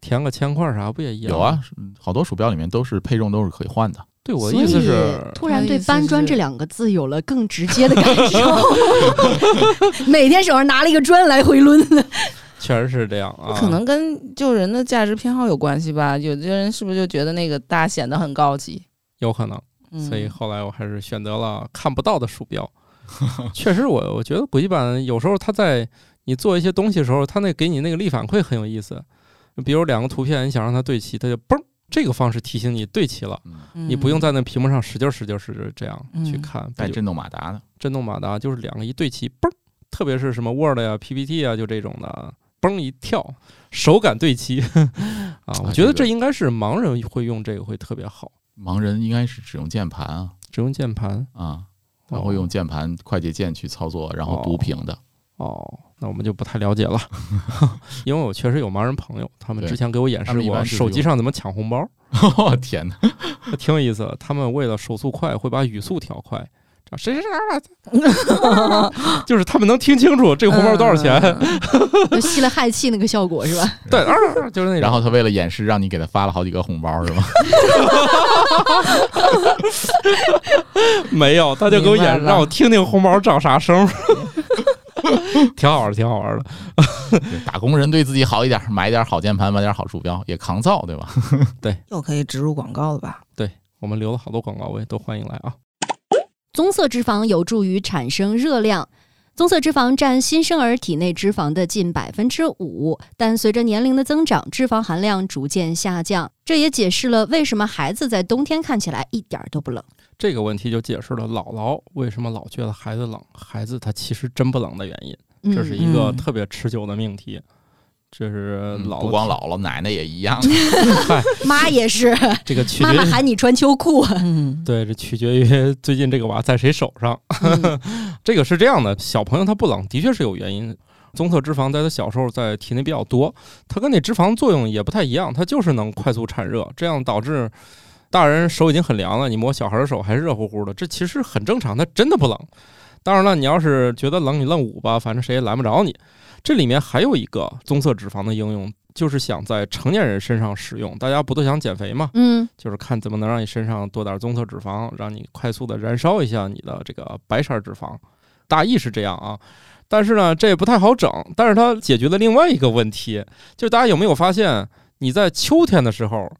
Speaker 2: 填个铅块儿啥不也一样？
Speaker 4: 有啊，，好多鼠标里面都是配重都是可以换的。
Speaker 2: 对我的
Speaker 3: 所
Speaker 2: 意
Speaker 3: 以
Speaker 2: 思是，
Speaker 3: 突然对
Speaker 1: 我的意
Speaker 3: “
Speaker 1: 思是
Speaker 3: 搬砖”这两个字有了更直接的感 受。每天手上拿了一个砖来回抡，
Speaker 2: 确实是这样啊。
Speaker 1: 可能跟就人的价值偏好有关系吧。有的人是不是就觉得那个大显得很高级？
Speaker 2: 有可能，
Speaker 1: 嗯、
Speaker 2: 所以后来我还是选择了看不到的鼠标。 确实我，我觉得轨迹板有时候它在你做一些东西的时候，它那给你那个力反馈很有意思。比如两个图片，你想让它对齐，它就嘣，这个方式提醒你对齐了，
Speaker 4: 嗯，
Speaker 2: 你不用
Speaker 1: 再
Speaker 2: 在那屏幕上使劲儿使劲儿使劲儿这样去
Speaker 1: 嗯
Speaker 2: 看。比
Speaker 4: 带
Speaker 2: 如
Speaker 4: 震动马达的，
Speaker 2: 震动马达，就是两个一对齐，嘣儿，特别是什么 Word 呀、PPT 啊，就这种的，嘣一跳，手感对齐 啊。我
Speaker 4: 啊
Speaker 2: 觉
Speaker 4: 这
Speaker 2: 得
Speaker 4: 个
Speaker 2: 这应该是盲人会用这个会特别好，
Speaker 4: 盲人应该是只用键盘啊
Speaker 2: 只用键盘，
Speaker 4: 啊，他会用键盘快捷键去操作，然后读屏的。
Speaker 2: 哦。那我们就不太了解了，因为我确实有盲人朋友，他们
Speaker 4: 对
Speaker 2: 之前给我演
Speaker 4: 他
Speaker 2: 示
Speaker 4: 们一
Speaker 2: 过
Speaker 4: 般就是
Speaker 2: 手机
Speaker 4: 用
Speaker 2: 上怎么抢红包，
Speaker 4: 我哦天哪！
Speaker 2: 挺有意思的。他们为了手速快，会把语速调快，这样谁谁谁 啊，就是他们能听清楚这个红包多少钱，
Speaker 1: 嗯
Speaker 3: 就吸了氦气那个效果是吧？
Speaker 2: 对，啊就是那种
Speaker 4: 然。后他为了掩饰，让你给他发了好几个红包是吧？
Speaker 2: 没有，他就给我
Speaker 1: 明白
Speaker 2: 演，
Speaker 1: 了
Speaker 2: 让我听听红毛长 啥声儿，挺好玩儿，挺好玩儿的。
Speaker 4: 对打工人对自己好一点，买点好键盘，买点好鼠标，也抗造对吧？
Speaker 1: 又可以植入广告了吧？
Speaker 2: 我们留了好多广告位，都欢迎来啊！
Speaker 3: 棕色脂肪有助于产生热量。棕色脂肪占新生儿体内脂肪的近百分之五，但随着年龄的增长，脂肪含量逐渐下降。这也解释了为什么孩子在冬天看起来一点儿都不冷。
Speaker 2: 这个问题就解释了姥姥为什么老觉得孩子冷，孩子他其实真不冷的原因，
Speaker 3: 嗯
Speaker 2: 这是一个
Speaker 1: 嗯
Speaker 2: 特别持久的命题。这是姥姥
Speaker 4: 嗯不光姥姥奶奶也一样，
Speaker 2: 嗨，
Speaker 3: 妈也是，
Speaker 2: 这个取决
Speaker 3: 妈妈
Speaker 2: 于
Speaker 3: 喊你穿秋裤。
Speaker 1: 嗯，
Speaker 2: 对，这取决于 最近这个娃在谁手上。
Speaker 3: 嗯
Speaker 2: 这个是这样的，小朋友他不冷，的确是有原因。棕色脂肪在他小时候在体内比较多，它跟那脂肪作用也不太一样，它就是能快速产热，这样导致大人手已经很凉了，你摸小孩的手还热乎乎的，这其实很正常，它真的不冷。当然了，你要是觉得冷，你愣捂吧，反正谁也拦不着你。这里面还有一个棕色脂肪的应用，就是想在成年人身上使用，大家不都想减肥吗？
Speaker 3: 嗯
Speaker 2: 就是看怎么能让你身上多点棕色脂肪，让你快速的燃烧一下你的这个白色脂肪，大意是这样啊。但是呢，这也不太好整。但是它解决了另外一个问题，就是大家有没有发现，你在秋天的时候，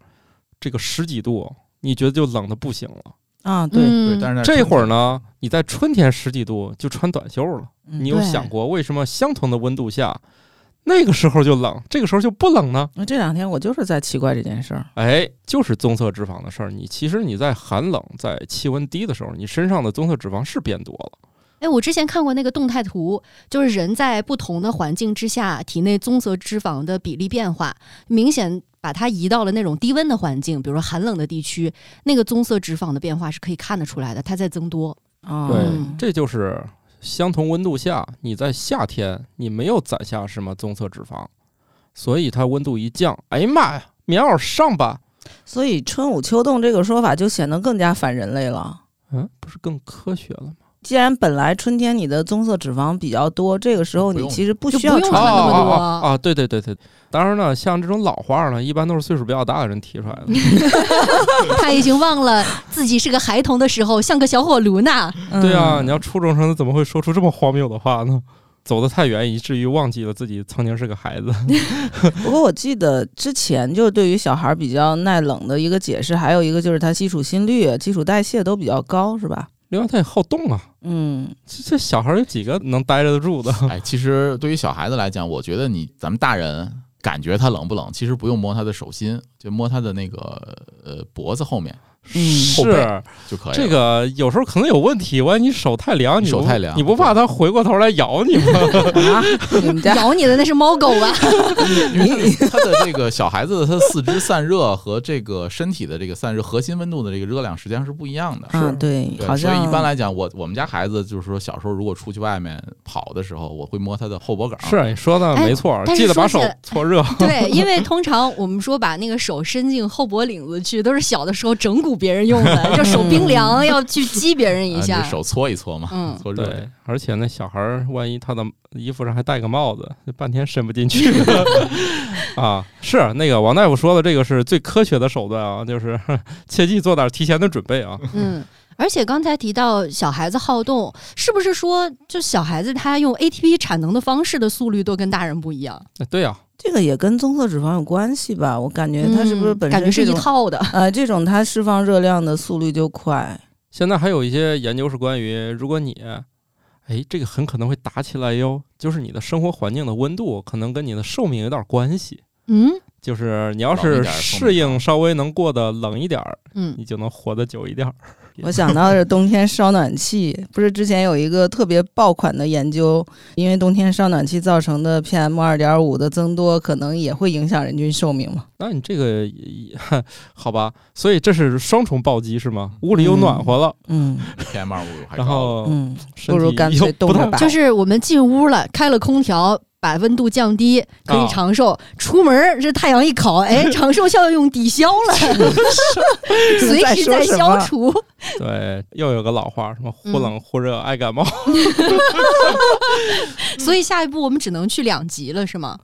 Speaker 2: 这个十几度，你觉得就冷的不行了。
Speaker 1: 啊，
Speaker 3: 嗯
Speaker 1: 对，
Speaker 4: 对。但是
Speaker 2: 这会儿，呢，你在春天十几度就穿短袖了。
Speaker 1: 你
Speaker 2: 嗯你有想过为什么相同的温度下，那个时候就冷，这个时候就不冷呢？
Speaker 1: 那这两天我就是在奇怪这件事儿，
Speaker 2: 哎，就是棕色脂肪的事儿。你其实你在寒冷、在气温低的时候，你身上的棕色脂肪是变多了。
Speaker 3: 哎，我之前看过那个动态图，就是人在不同的环境之下，体内棕色脂肪的比例变化，明显把它移到了那种低温的环境，比如说寒冷的地区，那个棕色脂肪的变化是可以看得出来的，它在增多。
Speaker 1: 啊，
Speaker 2: 对
Speaker 3: 嗯
Speaker 2: 这就是相同温度下，你在夏天你没有攒下什么棕色脂肪，所以它温度一降，哎呀妈呀，棉袄上吧。
Speaker 1: 所以春捂秋冻这个说法就显得更加反人类了。
Speaker 2: 嗯，不是更科学了吗？
Speaker 1: 既然本来春天你的棕色脂肪比较多，这个时候
Speaker 4: 不
Speaker 1: 你
Speaker 4: 用
Speaker 1: 其实不
Speaker 3: 就
Speaker 1: 需
Speaker 3: 不
Speaker 1: 要
Speaker 3: 用
Speaker 1: 穿
Speaker 3: 穿那么
Speaker 1: 那么
Speaker 3: 多
Speaker 1: 多。
Speaker 2: 啊啊啊啊！对对对对，当然呢，像这种老话呢，一般都是岁数比较大的人提 出来的。
Speaker 3: 他已经忘了自己是个孩童的时候，像个小火炉呢。
Speaker 1: 嗯
Speaker 2: 对啊，你要初中生怎么会说出这么荒谬的话呢？走得太远，以至于忘记了自己曾经是个孩子。
Speaker 1: 不过我记得之前就是对于小孩儿比较耐冷的一个解释，还有一个就是他基础心率、基础代谢都比较高，是吧？
Speaker 2: 另外，他也好动啊，
Speaker 1: 嗯，
Speaker 2: 这这小孩有几个能待着得住 的？
Speaker 4: 哎，其实对于小孩子来讲，我觉得你咱们大人感觉他冷不冷，其实不用摸他的手心，就摸他的那个呃脖子后面，
Speaker 1: 嗯
Speaker 4: 后背
Speaker 2: 是
Speaker 4: 就可以了。
Speaker 2: 这个有时候可能有问题，万一你手太凉，你
Speaker 4: 手
Speaker 2: 不
Speaker 4: 太凉
Speaker 2: 你不怕它回过头来咬你吗？
Speaker 1: 啊，你们家
Speaker 3: 咬你的那是猫狗啊 吧？
Speaker 4: 因为它它的这个小孩子的他四肢散热和这个身体的这个散热核心温度的这个热量实际上是不一样的。
Speaker 1: 嗯，对，
Speaker 4: 对，
Speaker 1: 好
Speaker 4: 所以
Speaker 1: 像
Speaker 4: 一般来讲，我我们家孩子就是说，小时候如果出去外面跑的时候，我会摸他的后脖梗。 啊
Speaker 2: 是你说的
Speaker 3: 哎
Speaker 2: 没错，
Speaker 3: 但是
Speaker 2: 记得把手
Speaker 3: 说起来
Speaker 2: 搓热。
Speaker 3: 对，因为通常我们说把那个手伸进后脖领子去，都是小的时候整蛊别人用 的，就手冰凉要去激别人
Speaker 4: 嗯啊，
Speaker 3: 一
Speaker 4: 你
Speaker 3: 下。
Speaker 4: 手搓一搓嘛，
Speaker 3: 嗯
Speaker 4: 搓热一下。
Speaker 2: 对，而且那小孩儿万一他的衣服上还戴个帽子，就半天伸不进 去啊。是那个王大夫说的，这个是最科学的手段啊，就是 切记做点提前的准备啊。
Speaker 3: 嗯，而且刚才提到小孩子好动，是不是说就小孩子他用 ATP 产能的方式的速率都跟大人不一样？
Speaker 2: 哎对呀、
Speaker 1: 这个也跟棕色脂肪有关系吧？我感觉它是不是
Speaker 3: 嗯
Speaker 1: 本
Speaker 3: 感觉
Speaker 1: 身
Speaker 3: 是
Speaker 1: 这
Speaker 3: 一
Speaker 1: 种、
Speaker 3: 套的？
Speaker 1: 呃这种它释放热量的速率就快，
Speaker 2: 现在还有一些研究是关于，如果你，哎，这个很可能会打起来哟，就是你的生活环境的温度可能跟你的寿命有点关系。
Speaker 3: 嗯
Speaker 2: 就是你要
Speaker 4: 冷一
Speaker 2: 是
Speaker 4: 点儿寿命啊
Speaker 2: 适应稍微能过得冷一点儿，
Speaker 3: 嗯
Speaker 2: 你就能活得久一点儿。
Speaker 1: 我想到的是冬天烧暖气，不是之前有一个特别爆款的研究，因为冬天烧暖气造成的 PM 二点五的增多，可能也会影响人均寿命嘛？
Speaker 2: 那你这个也 好吧？所以这是双重暴击是吗？屋里又暖和了，
Speaker 1: 嗯
Speaker 4: PM 二五还
Speaker 2: 然
Speaker 4: 高，
Speaker 2: 后
Speaker 1: 嗯，
Speaker 2: 身
Speaker 1: 不
Speaker 2: 体
Speaker 1: 如干脆
Speaker 2: 又
Speaker 1: 冻
Speaker 2: 不太
Speaker 1: 着吧。
Speaker 3: 就是我们进屋了，开了空调。把温度降低可以
Speaker 2: 啊
Speaker 3: 长
Speaker 1: 哦
Speaker 3: 寿，出门儿这太阳一烤， 哎，长寿效用抵消了， 随
Speaker 1: 在
Speaker 3: 时
Speaker 1: 说
Speaker 3: 在
Speaker 1: 什
Speaker 3: 消
Speaker 1: 么
Speaker 3: 除。
Speaker 2: 对，又有个老话，什么忽
Speaker 1: 嗯
Speaker 2: 冷忽热爱感冒。
Speaker 3: 所以下一步我们只能去两极了，是吗？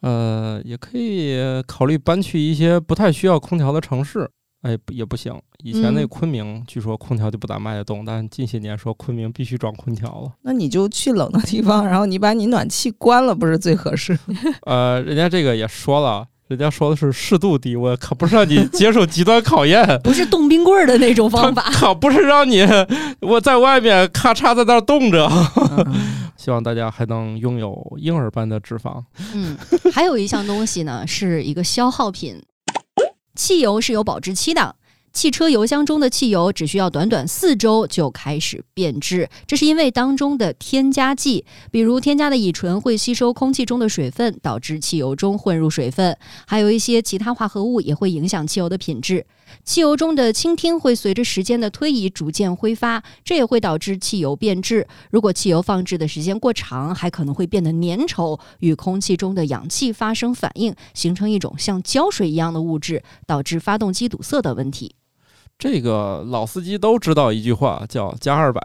Speaker 2: 呃，也可以考虑搬去一些不太需要空调的城市。哎，不也不行。以前那
Speaker 3: 嗯
Speaker 2: 昆明，据说空调就不咋卖得动，但近些年说昆明必须装空调了。
Speaker 1: 那你就去冷的地方，然后你把你暖气关了，不是最合适？
Speaker 2: 呃，人家这个也说了，人家说的是适度低温，可不是让你接受极端考验。
Speaker 3: 不是冻冰棍儿的那种方法。
Speaker 2: 可不是让你我在外面咔嚓在那儿冻着。
Speaker 1: 嗯
Speaker 2: 希望大家还能拥有婴儿般的脂肪。
Speaker 3: 嗯，还有一项东西呢，是一个消耗品，汽油是有保质期的。汽车油箱中的汽油只需要短短四周就开始变质，这是因为当中的添加剂，比如添加的乙醇会吸收空气中的水分，导致汽油中混入水分，还有一些其他化合物也会影响汽油的品质。汽油中的氢烃会随着时间的推移逐渐挥发，这也会导致汽油变质。如果汽油放置的时间过长，还可能会变得粘稠，与空气中的氧气发生反应，形成一种像胶水一样的物质，导致发动机堵塞的问题。
Speaker 2: 这个老司机都知道一句话，叫加二百。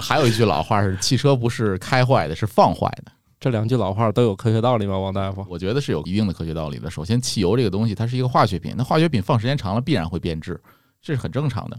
Speaker 4: 还有一句老话是：汽车不是开坏的，是放坏的。
Speaker 2: 这两句老话都有科学道理吗？王大夫，
Speaker 4: 我觉得是有一定的科学道理的。首先，汽油这个东西它是一个化学品，那化学品放时间长了必然会变质，这是很正常的。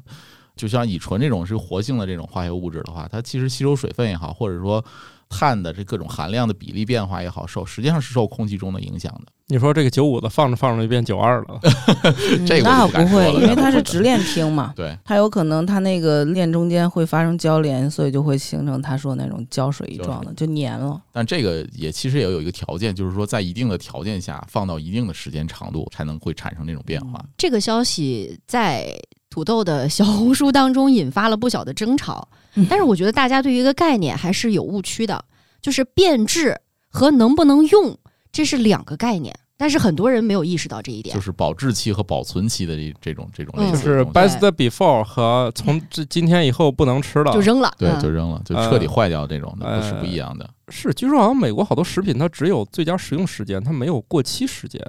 Speaker 4: 就像乙醇这种是活性的这种化学物质的话，它其实吸收水分也好，或者说碳的这各种含量的比例变化也好，受实际上是受空气中的影响的。
Speaker 2: 你说这个九五的放着放着就变九二了，
Speaker 4: 这个
Speaker 1: 那
Speaker 4: 我就不敢
Speaker 1: 不
Speaker 4: 说
Speaker 1: 会，
Speaker 4: 了
Speaker 1: 因为它是直链烃嘛。
Speaker 4: 对，
Speaker 1: 它有可能它那个链中间会发生交联，所以就会形成他说那种胶水一状的，就粘了。
Speaker 4: 但这个也其实也有一个条件，就是说在一定的条件下，放到一定的时间长度，才能会产生这种变化。
Speaker 3: 这个消息在土豆的小红书当中引发了不小的争吵，
Speaker 4: 嗯
Speaker 3: 但是我觉得大家对于一个概念还是有误区的，就是变质和能不能用这是两个概念，但是很多人没有意识到这一点
Speaker 4: 就。是保质期和保存期的这这种这种
Speaker 3: 嗯
Speaker 4: 类
Speaker 2: 就
Speaker 4: 似的
Speaker 2: 是
Speaker 4: 东西，
Speaker 2: best before 和从这今天以后不能吃了
Speaker 3: 就。扔了，
Speaker 4: 对，
Speaker 3: 嗯
Speaker 4: 就扔了，就彻底坏掉这种的，不是不一样的。
Speaker 2: 是，据说好像美国好多食品它只有最佳食用时间，它没有过期时间，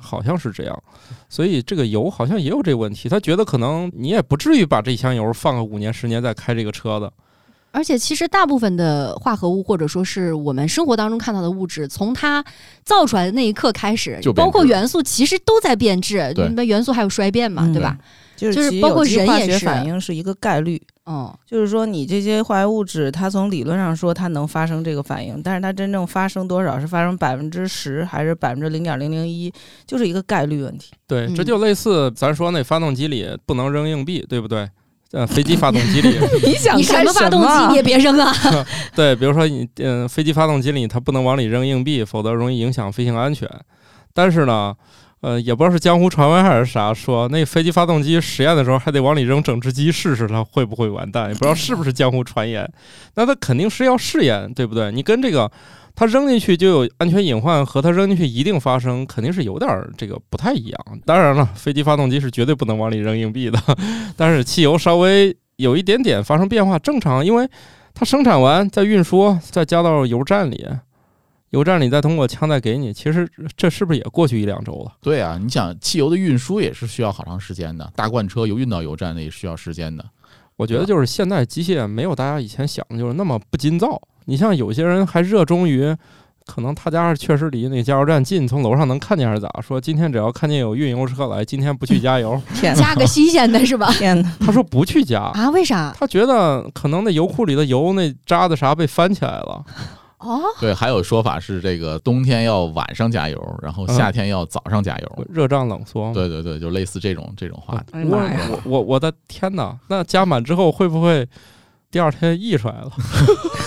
Speaker 2: 好像是这样。所以这个油好像也有这问题，他觉得可能你也不至于把这箱油放个五年十年再开这个车的。
Speaker 3: 而且，其实大部分的化合物，或者说是我们生活当中看到的物质，从它造出来的那一刻开始
Speaker 4: 就，变质
Speaker 3: 包括元素，其实都在变质。
Speaker 4: 对
Speaker 3: 你们元素还有衰变嘛，
Speaker 1: 嗯
Speaker 3: 对吧？
Speaker 1: 就是
Speaker 3: 就是
Speaker 1: 其
Speaker 3: 包
Speaker 1: 有
Speaker 3: 括
Speaker 1: 机
Speaker 3: 人
Speaker 1: 化
Speaker 3: 也
Speaker 1: 学
Speaker 3: 是
Speaker 1: 反应是一个概率，
Speaker 3: 嗯，
Speaker 1: 就是说你这些化学物质，它从理论上说它能发生这个反应，但是它真正发生多少是发生百分之十还是百分之零点零零一，就是一个概率问题。
Speaker 2: 对，这
Speaker 3: 嗯
Speaker 2: 就类似咱说那发动机里不能扔硬币，对不对？呃，飞机发动机里，
Speaker 1: 你想
Speaker 3: 你什么发动机你也别扔 啊！
Speaker 2: 对，比如说你，嗯、飞机发动机里它不能往里扔硬币，否则容易影响飞行安全。但是呢，呃，也不知道是江湖传闻还是啥，说那飞机发动机实验的时候还得往里扔整只鸡试试它会不会完蛋，也不知道是不是江湖传言。那它肯定是要试验，对不对？你跟这个它扔进去就有安全隐患，和它扔进去一定发生，肯定是有点儿这个不太一样。当然了，飞机发动机是绝对不能往里扔硬币的， 但是汽油稍微有一点点发生变化正常，因为它生产完再运输，再加到油站里。油站里再通过枪再给你，其实这是不是也过去一两周了？
Speaker 4: 对啊，你想汽油的运输也是需要好长时间的，大罐车由运到油站那也是需要时间的。
Speaker 2: 我觉得就是现代机械没有大家以前想的就是那么不筋造。你像有些人还热衷于，可能他家确实离那个加油站近，从楼上能看见还是咋？说今天只要看见有运油车来，今天不去加油。
Speaker 1: 天哪，
Speaker 3: 加个新鲜的是吧？
Speaker 1: 天哪！
Speaker 2: 他说不去加，
Speaker 3: 啊，为啥？
Speaker 2: 他觉得可能那油库里的油那渣子啥被翻起来了。
Speaker 3: 哦，
Speaker 4: 对，还有说法是这个冬天要晚上加油，然后夏天要早上加油。
Speaker 2: 热胀冷缩。
Speaker 4: 对对对，就类似这种这种话题。
Speaker 1: 哎呀
Speaker 2: 我
Speaker 1: 妈呀！
Speaker 2: 嗯我我我的天哪！那加满之后会不会第二天溢出来了？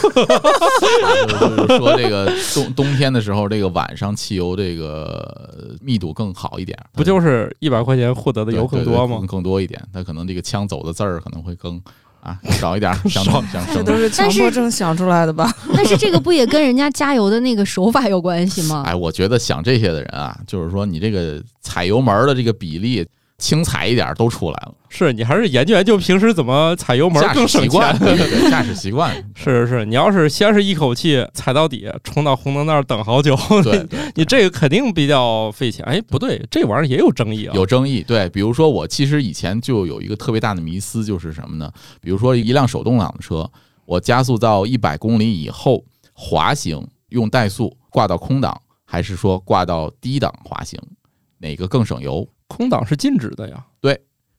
Speaker 4: 就是说这个冬冬天的时候，这个晚上汽油这个呃密度更好一点，
Speaker 2: 不就是一百块钱获得的油更多
Speaker 4: 对对
Speaker 2: 吗
Speaker 4: 对？更多一点，它可能这个枪走的字儿可能会更啊少一点， 想想
Speaker 1: 这
Speaker 4: 省
Speaker 1: 都
Speaker 4: 点。
Speaker 1: 是强迫症想出来的 吧？
Speaker 3: 但是这个不也跟人家加油的那个手法有关系吗？
Speaker 4: 哎，我觉得想这些的人啊，就是说你这个踩油门儿的这个比例轻踩一点儿都出来了，
Speaker 2: 是你还是研究研究平时怎么踩油门
Speaker 4: 驾驶
Speaker 2: 更省
Speaker 4: 习惯，
Speaker 2: 钱。
Speaker 4: 对对对驾驶习惯，
Speaker 2: 是是是，你要是先是一口气踩到底，冲到红灯那儿等好久，
Speaker 4: 对对，
Speaker 2: 你这个肯定比较费钱。哎，不对，这玩意儿也有争议啊。
Speaker 4: 有争议。对，比如说我其实以前就有一个特别大的迷思，就是什么呢？比如说一辆手动挡的车，我加速到一百公里以后滑行，用怠速挂到空档，还是说挂到低档滑行，哪个更省油？
Speaker 2: 空档是禁止的呀。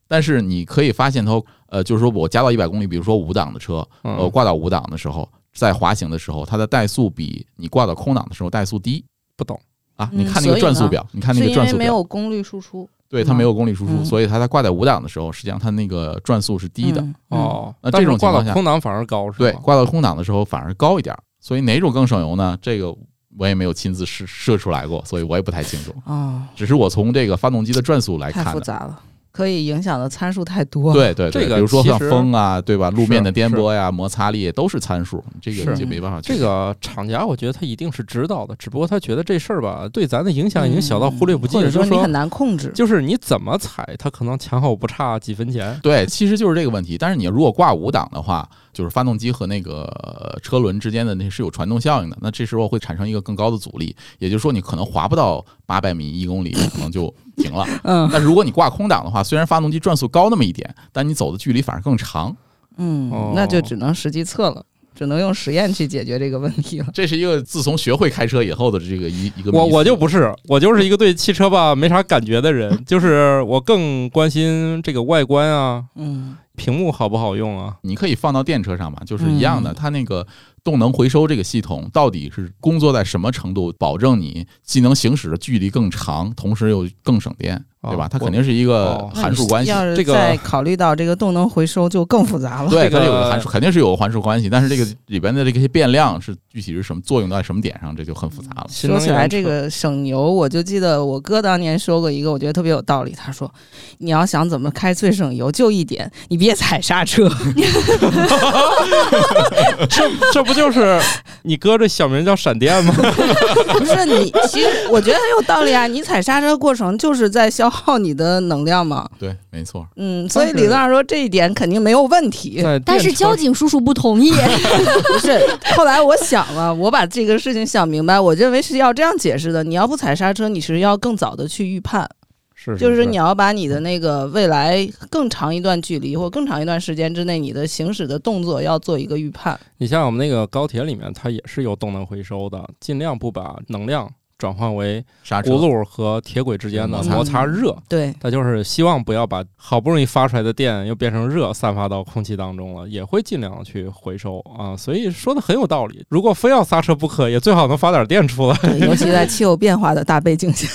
Speaker 4: 但是你可以发现它，呃，就是说我加到一百公里，比如说五档的车，呃
Speaker 2: 嗯，
Speaker 4: 我挂到五档的时候，在滑行的时候，它的怠速比你挂到空档的时候怠速低
Speaker 2: 不懂。
Speaker 4: 啊！你
Speaker 1: 嗯
Speaker 4: 看那个
Speaker 1: 所以
Speaker 4: 转速
Speaker 1: 呢
Speaker 4: 表，你看那
Speaker 1: 是
Speaker 4: 个
Speaker 1: 因
Speaker 4: 转
Speaker 1: 为
Speaker 4: 速
Speaker 1: 没
Speaker 4: 表，
Speaker 1: 有功率输出，
Speaker 4: 对，它没有功率输出，
Speaker 1: 嗯
Speaker 4: 所以它在挂在五档的时候，实际上它那个转速是低的。
Speaker 1: 嗯。
Speaker 2: 哦，
Speaker 4: 那
Speaker 2: 但是
Speaker 4: 这种情
Speaker 2: 挂
Speaker 4: 况
Speaker 2: 到
Speaker 4: 下
Speaker 2: 空档反而高是
Speaker 4: 对，
Speaker 2: 吗？
Speaker 4: 挂到空档的时候反而高一点儿。所以哪种更省油呢？这个我也没有亲自试试出来过，所以我也不太清楚。
Speaker 1: 哦，
Speaker 4: 只是我从这个发动机的转速来
Speaker 1: 太
Speaker 4: 看
Speaker 1: 复
Speaker 4: 的。
Speaker 1: 杂了，可以影响的参数太 多。，
Speaker 4: 对对对，
Speaker 2: 这个
Speaker 4: 比如说
Speaker 2: 其
Speaker 4: 像
Speaker 2: 实
Speaker 4: 风啊，对吧？路面的
Speaker 2: 是
Speaker 4: 颠簸呀、摩擦力都是参数，这个
Speaker 2: 是
Speaker 4: 就没办法去。
Speaker 2: 这个厂家我觉得他一定是知道的，只不过他觉得这事儿吧，对咱的影响已经小到忽略不
Speaker 1: 嗯
Speaker 2: 计
Speaker 1: 或者
Speaker 2: 了。
Speaker 1: 说
Speaker 2: 就是
Speaker 1: 你很
Speaker 2: 说，
Speaker 1: 难控制。
Speaker 2: 就是你怎么踩，它可能前后不差几分钱。
Speaker 4: 对，其实就是这个问题。但是你如果挂五档的话，就是发动机和那个呃车轮之间的那是有传动效应的，那这时候会产生一个更高的阻力，也就是说你可能滑不到八百米、一公里，可能就停了。
Speaker 1: 嗯
Speaker 4: 那如果你挂空档的话，虽然发动机转速高那么一点，但你走的距离反而更长。
Speaker 1: 嗯
Speaker 2: 哦，
Speaker 1: 那就只能实际测了，只能用实验去解决这个问题了。
Speaker 4: 这是一个自从学会开车以后的这个一一个迷思。
Speaker 2: 我我就不是，我就是一个对汽车吧没啥感觉的人，就是我更关心这个外观啊，
Speaker 1: 嗯，
Speaker 2: 屏幕好不好用啊。
Speaker 4: 你可以放到电车上嘛，就是
Speaker 2: 嗯
Speaker 4: 一样的。它那个动能回收这个系统到底是工作在什么程度，保证你既能行驶的距离更长，同时又更省电，
Speaker 2: 哦
Speaker 4: 对吧？它
Speaker 2: 我
Speaker 4: 肯定是一个
Speaker 2: 哦
Speaker 4: 函数关系。
Speaker 1: 要是
Speaker 2: 这个
Speaker 1: 再考虑到这个动能回收，就更复杂了。
Speaker 4: 对，
Speaker 2: 这个
Speaker 4: 它有个函数，肯定是有个函数关系，但是这个里边的这些变量是具体是什么作用到什么点上，这就很复杂了。
Speaker 2: 新
Speaker 1: 说
Speaker 2: 能
Speaker 1: 起来
Speaker 2: 源
Speaker 1: 这
Speaker 2: 车
Speaker 1: 个省油，我就记得我哥当年说过一个，我觉得特别有道理。他说：“你要想怎么开最省油，就一点，你别踩刹 车。
Speaker 2: 这这不就是你哥这小名叫闪电吗？
Speaker 1: 不是你，其实我觉得很有道理啊。你踩刹车过程就是在消耗你的能量嘛。
Speaker 4: 对，没错。
Speaker 1: 嗯，所以
Speaker 2: 但
Speaker 1: 理
Speaker 2: 是
Speaker 1: 论上说这一点肯定没有问题。
Speaker 2: 在
Speaker 3: 但是
Speaker 2: 电车
Speaker 3: 交警叔叔不同 意，
Speaker 1: 不是，后来我想了，我把这个事情想明白，我认为是要这样解释的：你要不踩刹车，你是要更早的去预判，
Speaker 2: 是嗯
Speaker 1: 就是你要把你的那个未来更长一段距离或更长一段时间之内，你的行驶的动作要做一个预 判。
Speaker 2: 你像我们那个高铁里面，它也是有动能回收的，尽量不把能量转换为
Speaker 4: 刹车
Speaker 2: 轱辘和铁轨之间的摩擦热。
Speaker 1: 对，
Speaker 2: 它就是希望不要把好不容易发出来的电又变成热散发到空气当中了，也会尽量去回收啊。所以说的很有道理，如果非要刹车不可，也最好能发点电出来。
Speaker 1: 对尤其在气候变化的大背景下，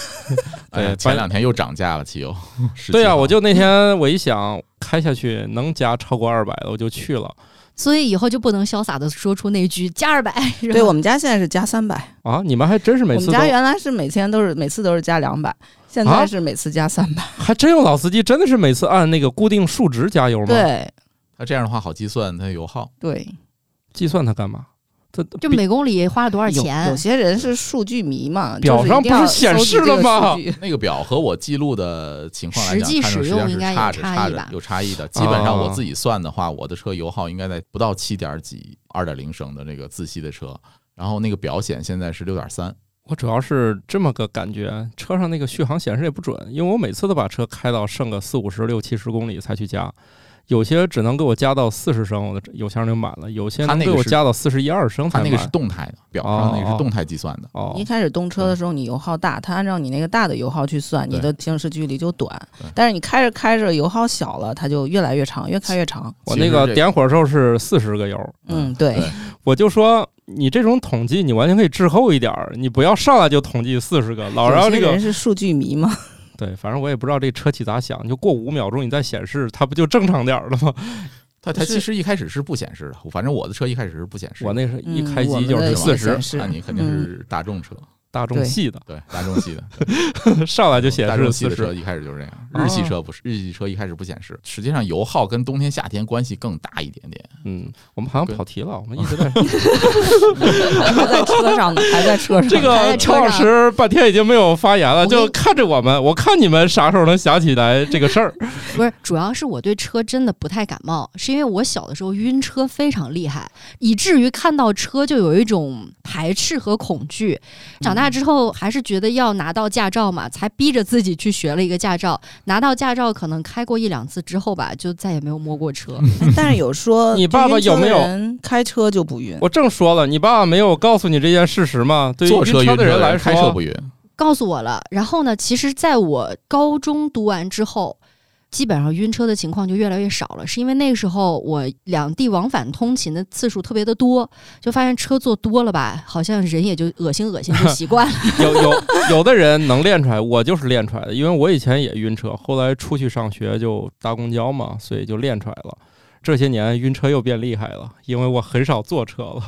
Speaker 4: 哎呀，
Speaker 2: 对
Speaker 4: 前
Speaker 2: 把
Speaker 4: 两天又涨价了，汽油。17
Speaker 2: 对啊，
Speaker 4: 号
Speaker 2: 我就那天我一想开下去能加超过二百的，我就去了。
Speaker 3: 所以以后就不能潇洒的说出那句加二百。是吧
Speaker 1: 对我们家现在是加三百，
Speaker 2: 啊，你们还真是每
Speaker 1: 我
Speaker 2: 次
Speaker 1: 们
Speaker 2: 都
Speaker 1: 家原来是每天都是每次都是加两百，现
Speaker 2: 啊
Speaker 1: 在是每次加三百、
Speaker 2: 还真有老司机，真的是每次按那个固定数值加油吗？，
Speaker 1: 对
Speaker 4: 它这样的话好计算它油耗。
Speaker 1: 对，
Speaker 2: 计算它干嘛？它
Speaker 3: 就
Speaker 2: 比
Speaker 3: 每公里花了多少钱
Speaker 1: 有？些人是数据迷嘛，
Speaker 2: 表
Speaker 1: 就
Speaker 2: 上
Speaker 1: 一定要
Speaker 2: 不是显示
Speaker 1: 搜集这个
Speaker 2: 了吗
Speaker 1: 数据
Speaker 4: 那个表和我记录的情况来讲，
Speaker 3: 实际
Speaker 4: 看着
Speaker 3: 使
Speaker 4: 实际
Speaker 3: 用
Speaker 4: 上是
Speaker 3: 应该有
Speaker 4: 差着
Speaker 3: 差
Speaker 4: 差
Speaker 3: 异
Speaker 4: 着
Speaker 3: 吧
Speaker 4: 有差异的。基本上
Speaker 2: 哦
Speaker 4: 我自己算的话，我的车油耗应该在不到七点几二点零升的那个自吸的车，然后那个表显现在是六点三。
Speaker 2: 我主要是这么个感觉，车上那个续航显示也不准，因为我每次都把车开到剩个四五十、六七十公里才去加，有些只能给我加到四十升，我的油箱就满了；有些
Speaker 4: 它
Speaker 2: 能
Speaker 4: 那
Speaker 2: 给
Speaker 4: 个
Speaker 2: 我
Speaker 4: 是
Speaker 2: 加到四十一二升才
Speaker 4: 它
Speaker 2: 满。
Speaker 4: 那个是动态的，表上那个是动态计算的。
Speaker 2: 哦
Speaker 1: 你一，开始动车的时候，你油耗大，它按照你那个大的油耗去算，
Speaker 4: 对
Speaker 1: 你的行驶距离就短
Speaker 4: 对。
Speaker 1: 但是你开着开着油耗小了，它就越来越长，越开越长。
Speaker 2: 我
Speaker 4: 其
Speaker 2: 那
Speaker 4: 实
Speaker 2: 个
Speaker 4: 这
Speaker 2: 点火的时候是四十个油，
Speaker 1: 嗯，对，
Speaker 4: 对
Speaker 2: 我就说你这种统计你完全可以滞后一点儿，你不要上来就统计四十个，老
Speaker 1: 有
Speaker 2: 让
Speaker 1: 些
Speaker 2: 这个
Speaker 1: 人是数据迷嘛，
Speaker 2: 对，反正我也不知道这车企咋想，就过五秒钟你再显示，它不就正常点儿了吗？
Speaker 4: 它它其实一开始是不显示的，反正我的车一开始是不显示的。
Speaker 2: 我那是一
Speaker 1: 嗯
Speaker 2: 开
Speaker 1: 我
Speaker 2: 机
Speaker 1: 们
Speaker 2: 就
Speaker 1: 的
Speaker 2: 是
Speaker 1: 也
Speaker 2: 四
Speaker 1: 显
Speaker 2: 十，
Speaker 1: 示
Speaker 4: 那你肯定是大众车，
Speaker 2: 大众
Speaker 1: 对
Speaker 2: 系的，
Speaker 4: 对大众系的，
Speaker 2: 上来就显
Speaker 4: 大
Speaker 2: 示
Speaker 4: 众系
Speaker 2: 四
Speaker 4: 的车
Speaker 2: 十。
Speaker 4: 一开始就是这样。
Speaker 2: 哦
Speaker 4: 日系车不是，日系车一开始不显示。实际上油耗跟冬天夏天关系更大一点点。
Speaker 2: 嗯，我们好像
Speaker 4: 对
Speaker 2: 跑题了，我们一直 在
Speaker 1: 还在车上呢，还在车上。
Speaker 2: 这个
Speaker 3: 在
Speaker 2: 邱
Speaker 3: 车
Speaker 2: 老
Speaker 3: 哎上
Speaker 2: 师半天已经没有发言了，
Speaker 3: 我跟
Speaker 2: 就看着我们，我看你们啥时候能想起来这个事 儿。
Speaker 3: 不是，主要是我对车真的不太感冒，是因为我小的时候晕车非常厉害，以至于看到车就有一种排斥和恐惧。长大之后还是觉得要拿到驾照嘛，才逼着自己去学了一个驾照。拿到驾照可能开过一两次之后吧，就再也没有摸过车。
Speaker 1: 但是有说
Speaker 2: 你爸爸有没有
Speaker 1: 晕
Speaker 2: 啊
Speaker 1: 车的人开车就不晕？
Speaker 2: 我正说了，你爸爸没有告诉你这件事实吗？对于
Speaker 4: 坐车
Speaker 2: 晕车
Speaker 4: 晕
Speaker 2: 的人
Speaker 4: 车
Speaker 2: 来
Speaker 4: 开车不
Speaker 2: 说，
Speaker 4: 晕。
Speaker 3: 告诉我了。然后呢，其实在我高中读完之后，基本上晕车的情况就越来越少了，是因为那个时候我两地往返通勤的次数特别的多，就发现车坐多了吧，好像人也就恶心恶心就习 惯了。
Speaker 2: 有有有的人能练出来，我就是练出来的，因为我以前也晕车，后来出去上学就搭公交嘛，所以就练出来了。这些年晕车又变厉害了，因为我很少坐车了。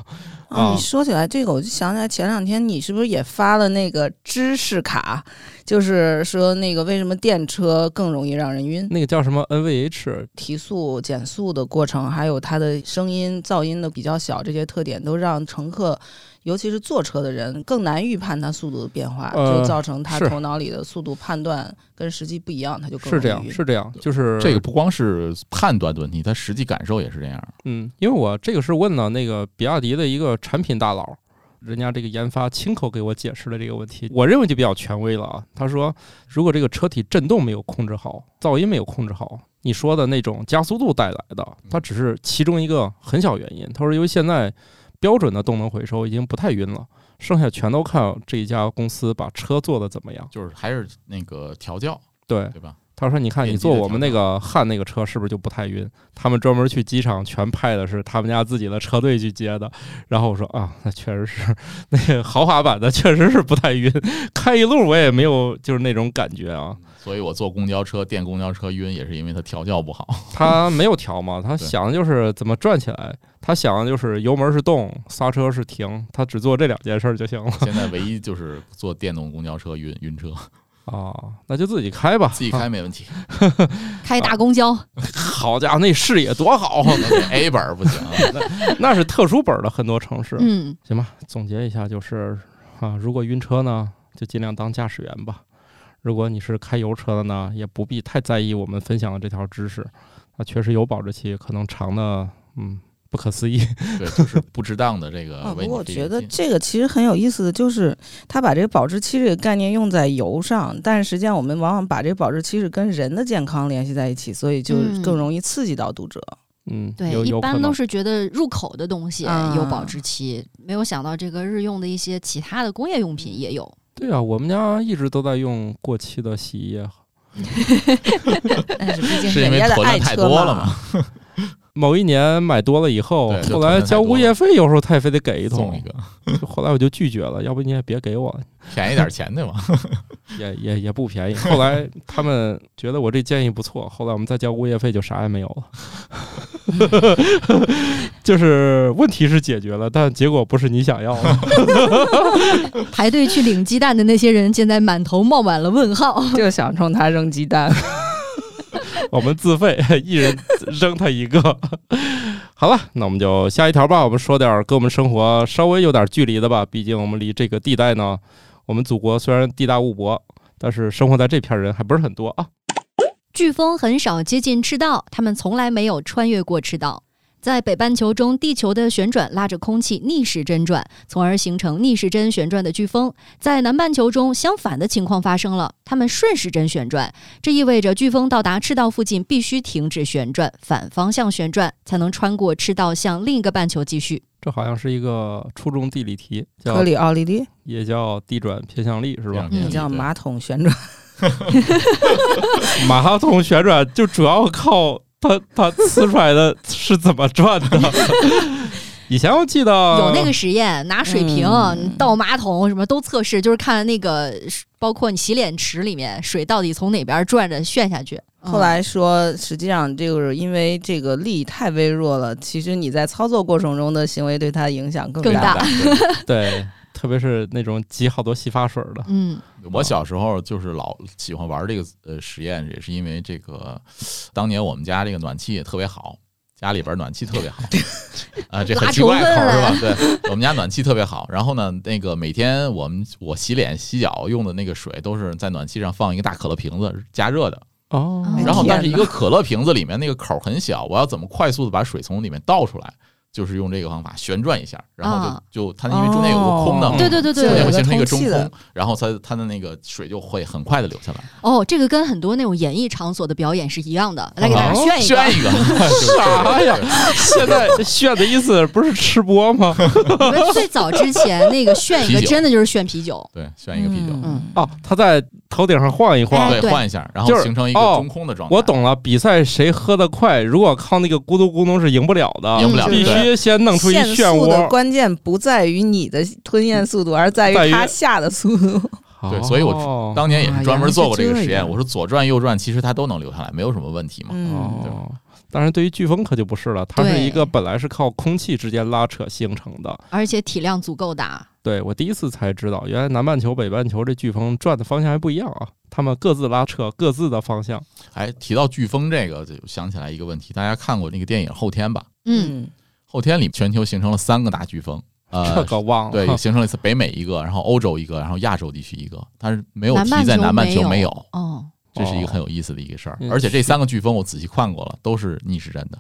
Speaker 1: 啊，
Speaker 2: 啊
Speaker 1: 你说起来这个，我就想起来前两天你是不是也发了那个知识卡，就是说那个为什么电车更容易让人晕？
Speaker 2: 那个叫什么 NVH，
Speaker 1: 提速、减速的过程，还有它的声音噪音的比较小，这些特点都让乘客，尤其是坐车的人更难预判它速度的变化，
Speaker 2: 呃
Speaker 1: 就造成他
Speaker 2: 是
Speaker 1: 头脑里的速度判断跟实际不一样，他就更
Speaker 2: 是这
Speaker 1: 容易
Speaker 2: 样，
Speaker 1: 晕
Speaker 2: 是这样，就是
Speaker 4: 这个不光是判断的问题，它实际感受也是这样。
Speaker 2: 嗯，因为我这个是问了那个比亚迪的一个产品大佬，人家这个研发亲口给我解释了这个问题，我认为就比较权威了啊。他说，如果这个车体震动没有控制好，噪音没有控制好，你说的那种加速度带来的，它只是其中一个很小原因。他说，因为现在标准的动能回收已经不太晕了，剩下全都看这一家公司把车做的怎么样。
Speaker 4: 就是还是那个调教，
Speaker 2: 对，
Speaker 4: 对吧？
Speaker 2: 他说：“你看，你
Speaker 4: 电机
Speaker 2: 坐
Speaker 4: 的
Speaker 2: 我们
Speaker 4: 调
Speaker 2: 那个汉那个车是不是就不太晕？他们专门去机场全派的是他们家自己的车队去接的。”然后我说：“啊，那确实是， 那个豪华版的确实是不太晕， 开一路我也没有就是那种感觉啊。
Speaker 4: 所以我坐公交车、电公交车晕，也是因为它调教不好。
Speaker 2: 他没有调嘛，他
Speaker 4: 对
Speaker 2: 想的就是怎么转起来，他想的就是油门是动，刹车是停，他只做这两件事儿就行了
Speaker 4: 现在唯一就是坐电动公交车晕晕车，
Speaker 2: 啊。那就自己开吧，
Speaker 4: 自己
Speaker 2: 啊。
Speaker 4: 开没问题。
Speaker 3: 开大公交，
Speaker 2: 好家伙，那视野多好啊，
Speaker 4: 那得 A 本儿不行啊，
Speaker 2: 那是特殊本儿的很多城市。
Speaker 3: 嗯，
Speaker 2: 行吧，总结一下就是啊，如果晕车呢，就尽量当驾驶员吧。如果你是开油车的呢，也不必太在意我们分享的这条知识，啊，确实有保质期，可能长的嗯不可思议。
Speaker 4: 对，就是不值当的这个
Speaker 1: 啊，
Speaker 4: 呃为
Speaker 1: 不
Speaker 4: 你
Speaker 1: 过我
Speaker 4: 费
Speaker 1: 觉得
Speaker 4: 劲
Speaker 1: 这个其实很有意思的就是，他把这个保质期这个概念用在油上，但是实际上我们往往把这个保质期是跟人的健康联系在一起，所以就
Speaker 3: 嗯
Speaker 1: 更容易刺激到读者。
Speaker 2: 嗯，
Speaker 3: 对，
Speaker 2: 有
Speaker 3: 一
Speaker 2: 有可
Speaker 3: 般都
Speaker 2: 能。
Speaker 3: 是觉得入口的东西
Speaker 1: 啊
Speaker 3: 有保质期，没有想到这个日用的一些其他的工业用品也有。
Speaker 2: 对啊，我们家一直都在用过期的洗衣液。
Speaker 1: 但是毕竟
Speaker 4: 是因
Speaker 1: 人
Speaker 4: 为
Speaker 1: 家的
Speaker 4: 囤的
Speaker 1: 爱
Speaker 4: 太
Speaker 1: 车
Speaker 4: 多 了嘛，
Speaker 2: 某一年买多了以后
Speaker 4: 对，就
Speaker 2: 后
Speaker 4: 囤
Speaker 2: 来
Speaker 4: 得太
Speaker 2: 交
Speaker 4: 多
Speaker 2: 物
Speaker 4: 了
Speaker 2: 业费，有时候他也非得给一
Speaker 4: 送
Speaker 2: 桶
Speaker 4: 一，个
Speaker 2: 就后来我就拒绝了，要不你也别给我了。
Speaker 4: 便宜点钱 对吧？
Speaker 2: 也也也不便宜。后来他们觉得我这建议不错，后来我们再交物业费就啥也没有了。 就是问题是解决了，但结果不是你想要的。
Speaker 3: 排队去领鸡蛋的那些人，现在满头冒满了问号。
Speaker 1: 就想冲他扔鸡蛋。
Speaker 2: 我们自费，一人扔他一个。 好了，那我们就下一条吧。我们说点儿跟我们生活稍微有点距离的吧，毕竟我们离这个地带呢，我们祖国虽然地大物博，但是生活在这片儿人还不是很多啊。
Speaker 3: 飓风很少接近赤道，它们从来没有穿越过赤道。在北半球中，地球的旋转拉着空气逆时针转，从而形成逆时针旋转的飓风。在南半球中，相反的情况发生了，它们顺时针旋转，这意味着飓风到达赤道附近必须停止旋转，反方向旋转，才能穿过赤道向另一个半球继续。
Speaker 2: 这好像是一个初中地理题，
Speaker 1: 科
Speaker 2: 叫
Speaker 1: 里奥利利，
Speaker 2: 也叫地转偏向力是吧？
Speaker 3: 嗯
Speaker 1: 叫马桶旋转，
Speaker 2: 马哈桶旋转就主要靠它它呲出来的是怎么转的。 以前我记得
Speaker 3: 有那个实验，拿水瓶、
Speaker 1: 哦嗯
Speaker 3: 倒马桶什么都测试，就是看那个，包括你洗脸池里面水到底从哪边转着旋下去。嗯
Speaker 1: 后来说，实际上就是因为这个力太微弱了，其实你在操作过程中的行为对它的影响更
Speaker 3: 更
Speaker 1: 大。
Speaker 3: 大
Speaker 2: 对，特别是那种挤好多洗发水的，
Speaker 3: 嗯，
Speaker 4: 我小时候就是老喜欢玩这个呃实验，也是因为这个，当年我们家这个暖气也特别好，家里边暖气特别好，啊、这很奇怪口儿是吧？对，我们家暖气特别好。然后呢，那个每天我们我洗脸洗脚用的那个水都是在暖气上放一个大可乐瓶子加热的，
Speaker 2: 哦
Speaker 3: 哎
Speaker 4: 然后但是一
Speaker 1: 天哪
Speaker 4: 个可乐瓶子里面那个口儿很小，我要怎么快速的把水从里面倒出来？就是用这个方法旋转一下，然后
Speaker 3: 啊
Speaker 4: 就就它因为中间有个空的嘛，
Speaker 3: 哦对对对对
Speaker 4: 中
Speaker 1: 对
Speaker 4: 间会
Speaker 1: 有个
Speaker 4: 形嗯成一个中
Speaker 1: 通气的
Speaker 4: 空，然后它它的那个水就会很快的流下来。
Speaker 3: 哦，这个跟很多那种演艺场所的表演是一样的，来给大家炫一个。
Speaker 4: 炫一个，
Speaker 2: 啥呀？现在炫的意思不是吃播吗？
Speaker 3: 我们最早之前那个炫一个，
Speaker 4: 啤酒
Speaker 3: 真的就是炫啤酒。
Speaker 4: 对，炫一个啤酒，
Speaker 1: 嗯，
Speaker 2: 哦，他在头顶上晃一晃。
Speaker 3: 哎对
Speaker 4: 对，换一下，然
Speaker 2: 就
Speaker 4: 后
Speaker 2: 是
Speaker 4: 形成一个
Speaker 2: 哦
Speaker 4: 中空的状态。
Speaker 2: 我，懂了，比赛谁喝得快，如果靠那个咕咚咕咚是赢不了的，
Speaker 4: 赢不了
Speaker 1: 嗯
Speaker 4: 的，
Speaker 2: 必
Speaker 4: 对
Speaker 2: 须先弄出一
Speaker 1: 限
Speaker 2: 漩
Speaker 1: 速的
Speaker 2: 涡。
Speaker 1: 关键不在于你的吞咽速度，而在
Speaker 2: 在于
Speaker 1: 于它下的速 度。
Speaker 4: 对所以我
Speaker 2: 哦
Speaker 4: 当年也
Speaker 3: 哎
Speaker 1: 啊
Speaker 4: 是专门做过这
Speaker 1: 原
Speaker 4: 个
Speaker 1: 来是
Speaker 4: 实
Speaker 1: 这样
Speaker 4: 验。我说左转右转，其实它都能留下来，没有什么问题嘛。
Speaker 1: 嗯，
Speaker 2: 哦，当然对于飓风可就不是了，它是一个本来是靠空气之间拉扯形成的。
Speaker 3: 而且体量足够大，
Speaker 2: 对我第一次才知道，原来南半球、北半球这飓风转的方向还不一样啊，他们各自拉扯各自的方向。
Speaker 4: 哎，提到飓风这个，就想起来一个问题，大家看过那个电影《后天》吧？
Speaker 3: 嗯，
Speaker 4: 后天里全球形成了三个大飓风，
Speaker 2: 这
Speaker 4: 呃，
Speaker 2: 个忘了，
Speaker 4: 对，形成了一次北美一个，然后欧洲一个，然后亚洲地区一个，但是没有
Speaker 3: 南
Speaker 4: 提
Speaker 3: 半
Speaker 4: 在
Speaker 3: 球
Speaker 4: 南半
Speaker 3: 没
Speaker 4: 球
Speaker 3: 有
Speaker 4: 没有，
Speaker 3: 哦，
Speaker 4: 这是一个很有意思的一个事儿
Speaker 2: 嗯。
Speaker 4: 而且这三个飓风我仔细看过了，都是逆时针的。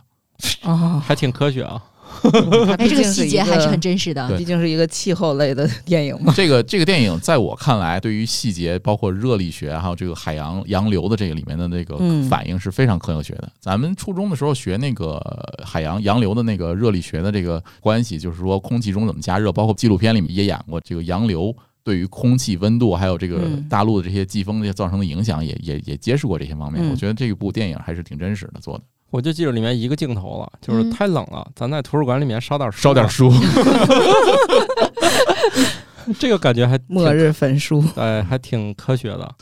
Speaker 1: 哦，
Speaker 2: 还挺科学啊。
Speaker 1: 它
Speaker 3: 哎，
Speaker 1: 毕
Speaker 3: 这个
Speaker 1: 竟是
Speaker 3: 细
Speaker 1: 一
Speaker 3: 节还是很真实的。
Speaker 4: 对
Speaker 1: 毕竟是一个气候类的电 影嘛。
Speaker 4: 这个这个电影在我看来，对于细节，包括热力学，还有这个海洋洋流的这个里面的那个
Speaker 1: 嗯
Speaker 4: 反应是非常科学的。咱们初中的时候学那个海洋洋流的那个热力学的这个关系，就是说空气中怎么加热，包括纪录片里面也演过这个洋流。对于空气温度，还有这个
Speaker 1: 嗯
Speaker 4: 大陆的这些季风这些造成的影响也，也也揭示过这些方面。
Speaker 1: 嗯
Speaker 4: 我觉得这部电影还是挺真实的做的。
Speaker 2: 我就记得里面一个镜头了，就是
Speaker 3: 嗯
Speaker 2: 太冷了，咱在图书馆里面烧点书吧
Speaker 4: 烧点， 书，
Speaker 2: 这个感觉 还挺
Speaker 1: 末日焚书，
Speaker 2: 哎，还挺科学的。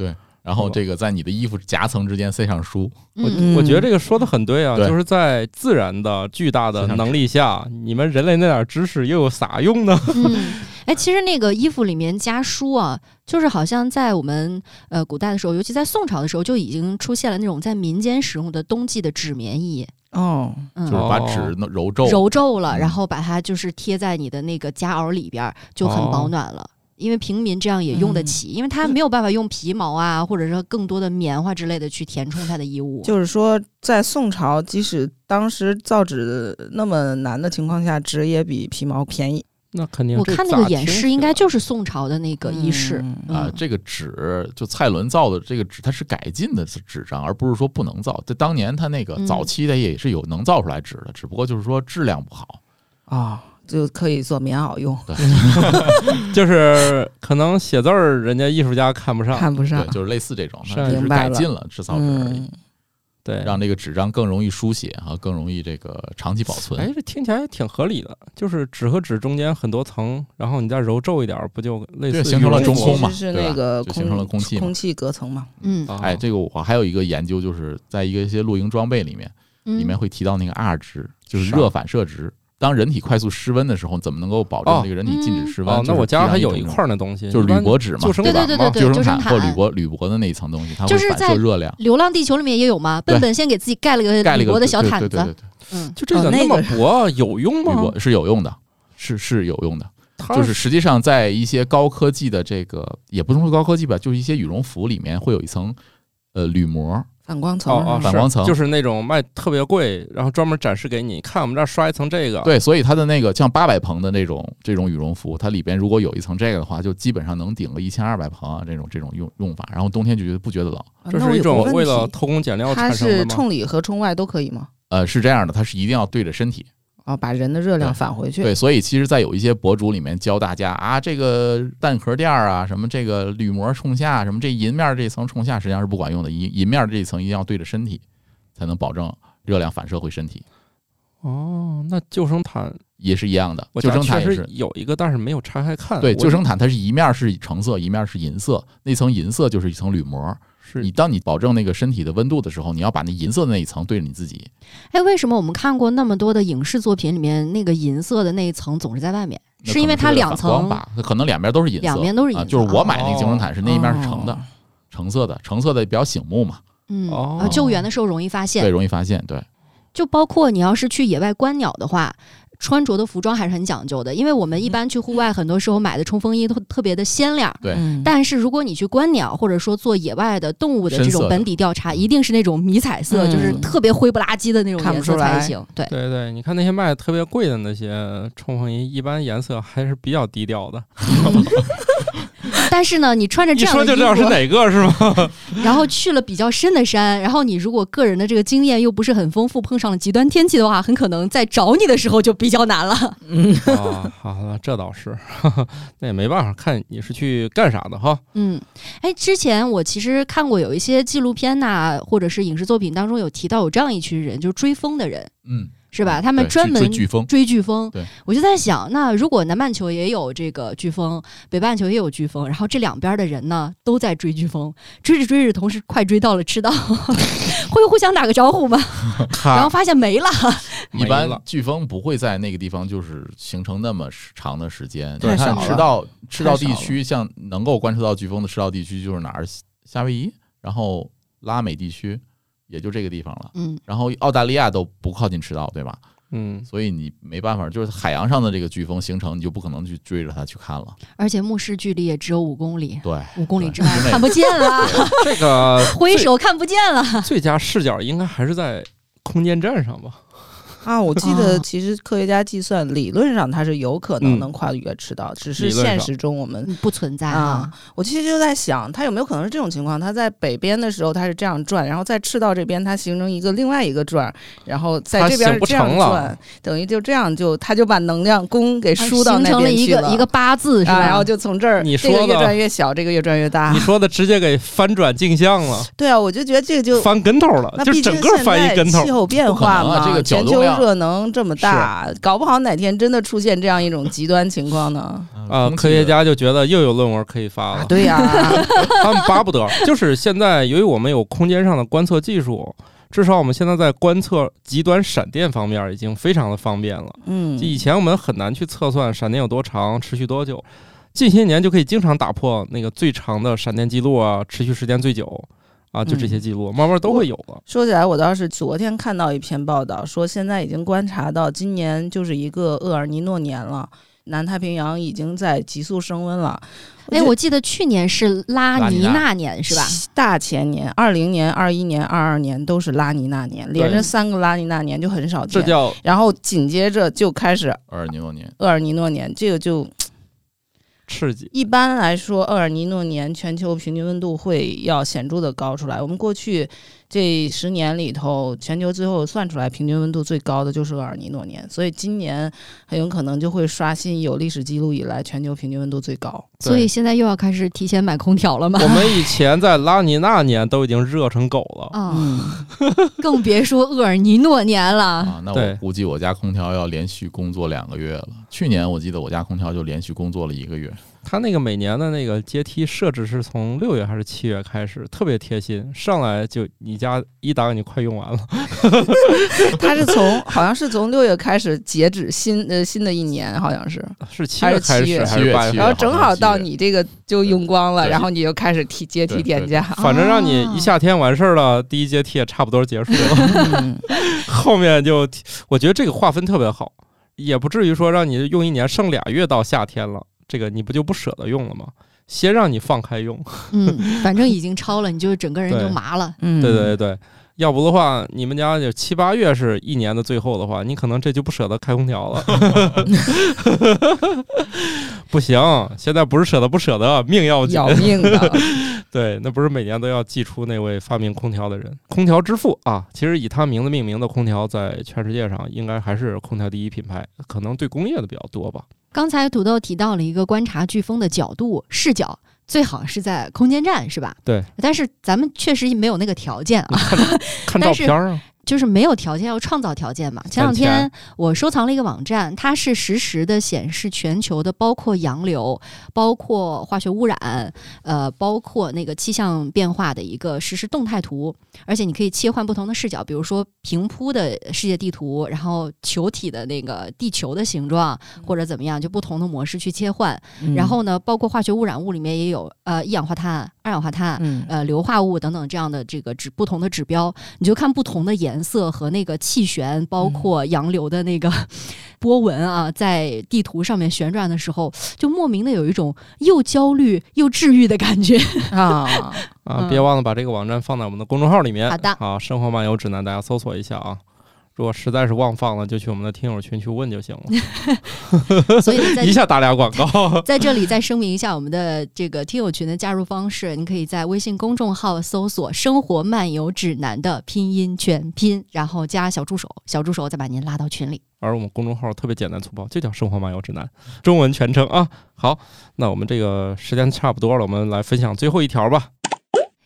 Speaker 4: 然
Speaker 2: 哦
Speaker 4: 后这个在你的衣服夹层之间塞上书，
Speaker 3: 嗯，
Speaker 2: 我觉得这个说的很对啊，
Speaker 4: 对
Speaker 2: 就是在自然的巨大的能力下，你们人类那点知识又有啥用呢？
Speaker 3: 嗯，哎，其实那个衣服里面加书啊，就是好像在我们呃古代的时候，尤其在宋朝的时候，就已经出现了那种在民间使用的冬季的纸棉衣，
Speaker 1: 哦，
Speaker 3: 嗯，
Speaker 4: 就是把
Speaker 2: 哦
Speaker 4: 纸弄揉皱，
Speaker 3: 揉皱了，
Speaker 4: 嗯
Speaker 3: 然后把它就是贴在你的那个夹袄里边儿，就很保暖了。
Speaker 4: 哦
Speaker 3: 因为平民这样也用得起，
Speaker 4: 嗯
Speaker 3: 因为他没有办法用皮毛啊，或者说更多的棉花之类的去填充他的衣物。
Speaker 1: 就是说，在宋朝，即使当时造纸那么难的情况下，纸也比皮毛便宜。
Speaker 2: 那肯定，
Speaker 3: 我看那个演示，应该就是宋朝的那个衣饰
Speaker 1: 嗯
Speaker 4: 啊，这个纸就蔡伦造的这个纸，它是改进的纸张，而不是说不能造。在当年，它那个
Speaker 3: 嗯
Speaker 4: 早期的也是有能造出来纸的，只不过就是说质量不好。
Speaker 1: 啊，就可以做棉袄用，
Speaker 2: 就是可能写字儿，人家艺术家看不上。
Speaker 1: 看不上
Speaker 4: 啊对，。就是类似这种，
Speaker 2: 是啊
Speaker 4: 它只是
Speaker 1: 明白
Speaker 4: 改
Speaker 1: 了
Speaker 4: 进了制造纸而已
Speaker 1: 嗯，，
Speaker 2: 对，
Speaker 4: 让这个纸张更容易书写啊，更容易这个长期保
Speaker 2: 哎
Speaker 4: 存。，
Speaker 2: 这听起来挺合理的，就是纸和纸中间很多层，然后你再揉皱一点儿，不就类似
Speaker 4: 对
Speaker 2: 于
Speaker 4: 形成了
Speaker 2: 这
Speaker 4: 中
Speaker 2: 种
Speaker 4: 空嘛
Speaker 1: 其实是
Speaker 4: 对吧
Speaker 1: 那个
Speaker 4: 就形成了空气嘛
Speaker 1: 空气隔层嘛。
Speaker 3: 嗯，
Speaker 2: 啊
Speaker 4: 哎哎，这个我还有一个研究，就是在一个一些露营装备里面，
Speaker 3: 嗯
Speaker 4: 里面会提到那个 R 值，就是
Speaker 2: 啥
Speaker 4: 热反射值。当人体快速失温的时候，怎么能够保证
Speaker 2: 哦
Speaker 4: 这个人体禁
Speaker 3: 嗯
Speaker 4: 止失温？
Speaker 2: 哦，
Speaker 4: 就是
Speaker 2: 那我家
Speaker 4: 提
Speaker 2: 还
Speaker 4: 到
Speaker 2: 有一
Speaker 4: 种
Speaker 2: 块儿那东西，
Speaker 4: 就是
Speaker 2: 一般
Speaker 4: 铝箔纸嘛
Speaker 2: 救生
Speaker 3: 对
Speaker 2: 板
Speaker 3: 对
Speaker 2: 嘛，
Speaker 3: 对对对，
Speaker 4: 救
Speaker 3: 救
Speaker 4: 生
Speaker 3: 生
Speaker 4: 毯或铝
Speaker 3: 毯
Speaker 4: 箔铝箔的那一层东西，它
Speaker 3: 就
Speaker 4: 会
Speaker 3: 是
Speaker 4: 反
Speaker 3: 在
Speaker 4: 射热量，
Speaker 3: 流浪地球》里面也有嘛，
Speaker 4: 对
Speaker 3: 笨笨先给自己盖了个
Speaker 4: 盖了
Speaker 3: 铝
Speaker 4: 一个
Speaker 3: 箔的小
Speaker 4: 对
Speaker 3: 毯
Speaker 4: 对
Speaker 3: 子
Speaker 4: 对对，对
Speaker 3: 嗯，
Speaker 2: 就这个
Speaker 1: 哦
Speaker 2: 那
Speaker 1: 那
Speaker 2: 么
Speaker 1: 个
Speaker 2: 薄啊有用
Speaker 4: 铝
Speaker 2: 吗？
Speaker 4: 箔是有用的，是是有用的。
Speaker 2: 它
Speaker 4: 就是实际上在一些高科技的这个，也不能说高科技吧，就是一些羽绒服里面会有一层呃铝
Speaker 3: 啊
Speaker 4: 膜，
Speaker 1: 反光层啊
Speaker 2: 哦哦，
Speaker 1: 是
Speaker 4: 反
Speaker 1: 吧，
Speaker 4: 光
Speaker 2: 是
Speaker 4: 层
Speaker 2: 就是那种卖特别贵，然后专门展示给你看，我们这儿刷一层这个，
Speaker 4: 对，所以它的那个像八百蓬的那种这种羽绒服，它里边如果有一层这个的话，就基本上能顶个一千二百蓬啊这种这种用用法，然后冬天就觉得不觉得冷。
Speaker 1: 啊
Speaker 2: 这
Speaker 1: 那我
Speaker 2: 是一
Speaker 1: 有
Speaker 2: 种
Speaker 1: 个问
Speaker 2: 为了
Speaker 1: 题
Speaker 2: 偷工减料
Speaker 1: 它
Speaker 2: 产生
Speaker 1: 是
Speaker 2: 的吗？
Speaker 1: 冲里和冲外都可以吗？
Speaker 4: 呃，是这样的，它是一定要对着身体，
Speaker 1: 啊，把人的热量
Speaker 4: 对
Speaker 1: 返回去。
Speaker 4: 对，所以其实，在有一些博主里面教大家啊，这个蛋壳垫儿啊，什么这个铝膜冲下，什么这银面儿这层冲下，实际上是不管用的。银银面儿这一层一定要对着身体，才能保证热量反射回身体，
Speaker 2: 哦，那救生毯，
Speaker 4: 也是一样的。
Speaker 2: 我
Speaker 4: 救
Speaker 2: 家
Speaker 4: 生毯
Speaker 2: 确
Speaker 4: 也
Speaker 2: 实
Speaker 4: 是，
Speaker 2: 有一个，但是没有拆开看。
Speaker 4: 对，
Speaker 2: 我
Speaker 4: 救生毯它是一面儿是橙色，一面儿是银色，那层银色就是一层铝膜。
Speaker 2: 是
Speaker 4: 你当你保证那个身体的温度的时候，你要把那银色的那一层对着你自己。
Speaker 3: 哎，为什么我们看过那么多的影视作品里面，那个银色的那一层总是在外面？
Speaker 4: 那
Speaker 3: 是因为
Speaker 4: 可能
Speaker 3: 它
Speaker 4: 为了
Speaker 3: 两
Speaker 4: 反光
Speaker 3: 层，
Speaker 4: 吧，可能两边都是银色，
Speaker 3: 两边都是银
Speaker 4: 啊。
Speaker 3: 色。
Speaker 4: 就是我买那个救生
Speaker 2: 哦
Speaker 4: 毯是那一面是橙的
Speaker 1: 哦，
Speaker 4: 橙色的，橙色的比较醒目嘛。
Speaker 3: 嗯，
Speaker 2: 哦
Speaker 3: 呃救援的时候容易发
Speaker 4: 对，
Speaker 3: 现，
Speaker 4: 容易发现，对，
Speaker 3: 就包括你要是去野外观鸟的话。穿着的服装还是很讲究的，因为我们一般去户外，很多时候买的冲锋衣都特别的鲜亮。
Speaker 4: 对
Speaker 1: 嗯
Speaker 3: 但是如果你去观鸟，或者说做野外的动物的这
Speaker 4: 深色
Speaker 3: 种
Speaker 4: 的
Speaker 3: 本底调查，一定是那种迷彩色，
Speaker 1: 嗯
Speaker 3: 就是特别灰不拉几的那种
Speaker 1: 看不
Speaker 3: 颜色
Speaker 1: 出
Speaker 3: 才
Speaker 1: 来
Speaker 3: 行。对，
Speaker 2: 对对，你看那些卖的特别贵的那些冲锋衣，一般颜色还是比较低调的。
Speaker 3: 但是呢，你穿着
Speaker 2: 一
Speaker 3: 这样
Speaker 2: 说
Speaker 3: 的
Speaker 2: 就知道
Speaker 3: 衣
Speaker 2: 是
Speaker 3: 服，
Speaker 2: 哪个是 吗？
Speaker 3: 然后去了比较深的山，然后你如果个人的这个经验又不是很丰富，碰上了极端天气的话，很可能在找你的时候就比较难了。
Speaker 2: 啊，好了，这倒是， 那也没办法，看你是去干啥的哈。
Speaker 3: 嗯，哎，之前我其实看过有一些纪录片呐、或者是影视作品当中有提到有这样一群人，就是追风的人，
Speaker 4: 嗯，
Speaker 3: 是吧？他们
Speaker 4: 对
Speaker 3: 专
Speaker 4: 去
Speaker 3: 门
Speaker 4: 追飓风，
Speaker 3: 追飓风。
Speaker 4: 对，
Speaker 3: 我就在想，那如果南半球也有这个飓风，北半球也有飓风，然后这两边的人呢都在追飓风，追着追着，同时快追到了赤道， 会互相打个招呼吧，然后
Speaker 4: 啊
Speaker 2: 他
Speaker 3: 发现没了。
Speaker 4: 一般
Speaker 2: 了，
Speaker 4: 飓风不会在那个地方就是形成那么时长的时间。
Speaker 1: 太
Speaker 4: 像
Speaker 1: 少
Speaker 4: 赤
Speaker 1: 了
Speaker 4: 道赤
Speaker 1: 太
Speaker 4: 道
Speaker 1: 少
Speaker 4: 地
Speaker 1: 了
Speaker 4: 区，像能够观测到飓风的赤道地区就是哪儿？夏威夷，然后拉美地区，也就这个地方了。
Speaker 3: 嗯，
Speaker 4: 然后澳大利亚都不靠近赤道，对吧？
Speaker 2: 嗯，
Speaker 4: 所以你没办法，就是海洋上的这个飓风形成，你就不可能去追着它去看了。
Speaker 3: 而且目视距离也只有五公里，
Speaker 4: 对，
Speaker 3: 五公里
Speaker 4: 对
Speaker 3: 之外
Speaker 4: 之内
Speaker 3: 看不见了，
Speaker 2: 这个
Speaker 3: 挥手看不见了。
Speaker 2: 最最佳视角应该还是在空间站上吧？
Speaker 1: 啊，我记得
Speaker 3: 哦
Speaker 1: 其实科学家计算，理论上它是有可能
Speaker 2: 嗯
Speaker 1: 能跨越赤道，只是
Speaker 2: 理论
Speaker 1: 现
Speaker 2: 上
Speaker 1: 实中我们，
Speaker 3: 嗯不存在
Speaker 1: 啊，我其实就在想，它有没有可能是这种情况？它在北边的时候它是这样转，然后在赤道这边它形成一个另外一个转，然后在
Speaker 2: 它
Speaker 1: 这边
Speaker 2: 行
Speaker 1: 是
Speaker 2: 不
Speaker 1: 这样
Speaker 2: 成了
Speaker 1: 转，等于就这样就它就把能量供给
Speaker 3: 它
Speaker 1: 输到
Speaker 3: 啊哎形
Speaker 1: 那
Speaker 3: 成
Speaker 1: 边
Speaker 3: 一
Speaker 1: 去
Speaker 3: 个一个八字是吧？
Speaker 1: 啊，然后就从这儿
Speaker 2: 你
Speaker 1: 这个
Speaker 2: 说
Speaker 1: 越
Speaker 2: 的
Speaker 1: 转越小，这个越转越大
Speaker 2: 你。说的直接给翻转镜像了，
Speaker 1: 对啊，我就觉得这个就
Speaker 2: 翻跟头了，
Speaker 1: 那
Speaker 2: 就
Speaker 1: 毕竟
Speaker 2: 整个
Speaker 1: 现
Speaker 2: 翻
Speaker 1: 在
Speaker 2: 一跟头
Speaker 1: 气。候变
Speaker 4: 不可能
Speaker 1: 化
Speaker 4: 啊
Speaker 1: 嘛，
Speaker 4: 这个角
Speaker 1: 全
Speaker 4: 动
Speaker 1: 球
Speaker 4: 量
Speaker 1: 热能这么大，搞不好哪天真的出现这样一种极端情况呢？
Speaker 2: 啊，
Speaker 4: 空气
Speaker 2: 科学
Speaker 4: 的
Speaker 2: 家就觉得又有论文可以发
Speaker 1: 啊
Speaker 2: 了，，
Speaker 1: 对呀、
Speaker 2: 他们巴不得。就是现在，由于我们有空间上的观测技术，至少我们现在在观测极端闪电方面已经非常的方便了。
Speaker 1: 嗯
Speaker 2: 就，以前我们很难去测算闪电有多长，持续多久。近些年就可以经常打破那个最长的闪电记录啊，持续时间最久啊，就这些记录，慢慢都会有了。
Speaker 1: 说起来，我倒是昨天看到一篇报道，说现在已经观察到今年就是一个厄尔尼诺年了，南太平洋已经在急速升温了。
Speaker 3: 哎，我记得去年是拉
Speaker 4: 拉
Speaker 3: 尼
Speaker 4: 尼娜
Speaker 3: 娜年是吧？？
Speaker 1: 大前年，二零年、二一年、二二年都是拉尼娜年，连着三个拉尼娜年就很少
Speaker 2: 这
Speaker 1: 见。
Speaker 2: 叫
Speaker 1: 然后紧接着就开始
Speaker 4: 厄尔尼诺年，
Speaker 1: 厄尔尼诺年，这个就
Speaker 2: 刺激。
Speaker 1: 一般来说，厄尔尼诺年全球平均温度会要显著的高出来。我们过去这十年里头，全球最后算出来平均温度最高的就是厄尔尼诺年，所以今年很有可能就会刷新有历史记录以来全球平均温度最高。
Speaker 3: 所以现在又要开始提前买空调了吗？
Speaker 2: 我们以前在拉尼那年都已经热成狗 了，
Speaker 3: 啊，
Speaker 1: 嗯，
Speaker 3: 更别说厄尔尼诺年了。
Speaker 4: 啊，那
Speaker 2: 对
Speaker 4: 我估计我家空调要连续工作两个月了。去年我记得我家空调就连续工作了一个月，
Speaker 2: 它那个每年的那个阶梯设置是从六月还是七月开始，特别贴心，上来就你家一档你快用完了，
Speaker 1: 它是从好像是从六月开始截止新呃新的一年，好像是，
Speaker 2: 是七月开
Speaker 1: 还是七
Speaker 2: 始
Speaker 1: 月
Speaker 2: 还是八
Speaker 4: 七
Speaker 2: 月
Speaker 4: 月
Speaker 1: 然后正好到
Speaker 4: 好像是
Speaker 1: 你这个就用光了，
Speaker 4: 对
Speaker 1: 然后你就开始提阶梯
Speaker 4: 对
Speaker 1: 点
Speaker 4: 对
Speaker 1: 价。
Speaker 2: 反正让你一夏天完事儿了，第一阶梯也差不多结束了，
Speaker 1: 嗯
Speaker 2: 后面就我觉得这个划分特别好，也不至于说让你用一年剩俩月到夏天了，这个你不就不舍得用了吗？先让你放开用，
Speaker 3: 嗯，反正已经超了，你就整个人就
Speaker 2: 对
Speaker 3: 麻了。
Speaker 1: 嗯，
Speaker 2: 对对对，要不的话，你们家就七八月是一年的最后的话，你可能这就不舍得开空 调了。不行，现在不是舍得不舍得，命要紧
Speaker 1: 要。命的，
Speaker 2: 对，那不是每年都要祭出那位发明空调的人，空调之父啊。其实以他名字命名的空调，在全世界上应该还是空调第一品牌，可能对工业的比较多吧。
Speaker 3: 刚才土豆提到了一个观察飓风的角度视角，最好是在空间站，是吧？
Speaker 2: 对。
Speaker 3: 但是咱们确实没有那个条件啊，
Speaker 2: 看
Speaker 3: 但
Speaker 2: 照
Speaker 3: 是
Speaker 2: 片儿啊，
Speaker 3: 就是没有条件要创造条件嘛。前两天我收藏了一个网站，它是实时的显示全球的，包括洋流、包括化学污染，呃，包括那个气象变化的一个实时动态图，而且你可以切换不同的视角，比如说平铺的世界地图，然后球体的那个地球的形状或者怎么样，就不同的模式去切换。
Speaker 1: 嗯
Speaker 3: 然后呢，包括化学污染物里面也有呃一氧化碳、二氧化碳。
Speaker 1: 嗯，
Speaker 3: 呃，硫化物等等这样的这个指不同的指标，你就看不同的颜色和那个气旋，包
Speaker 2: 嗯
Speaker 3: 括洋流的那个 波纹啊，在地图上面旋转的时候，就莫名的有一种又焦虑又治愈的 感觉。
Speaker 1: 嗯啊，
Speaker 2: 啊，
Speaker 3: 嗯
Speaker 2: 别忘了把这个网站放在我们的公众号里面。
Speaker 3: 好的
Speaker 2: 啊，生活漫游指南，大家搜索一下啊。如果实在是忘放了，就去我们的听友群去问就行了。
Speaker 3: 所以 在，
Speaker 2: 一下打俩广告
Speaker 3: 在这里再声明一下我们的这个听友群的加入方式，你可以在微信公众号搜索“生活漫游指南”的拼音全拼，然后加小助手，小助手再把您拉到群里。
Speaker 2: 而我们公众号特别简单粗暴，就叫“生活漫游指南”，中文全称啊。好，那我们这个时间差不多了，我们来分享最后一条吧。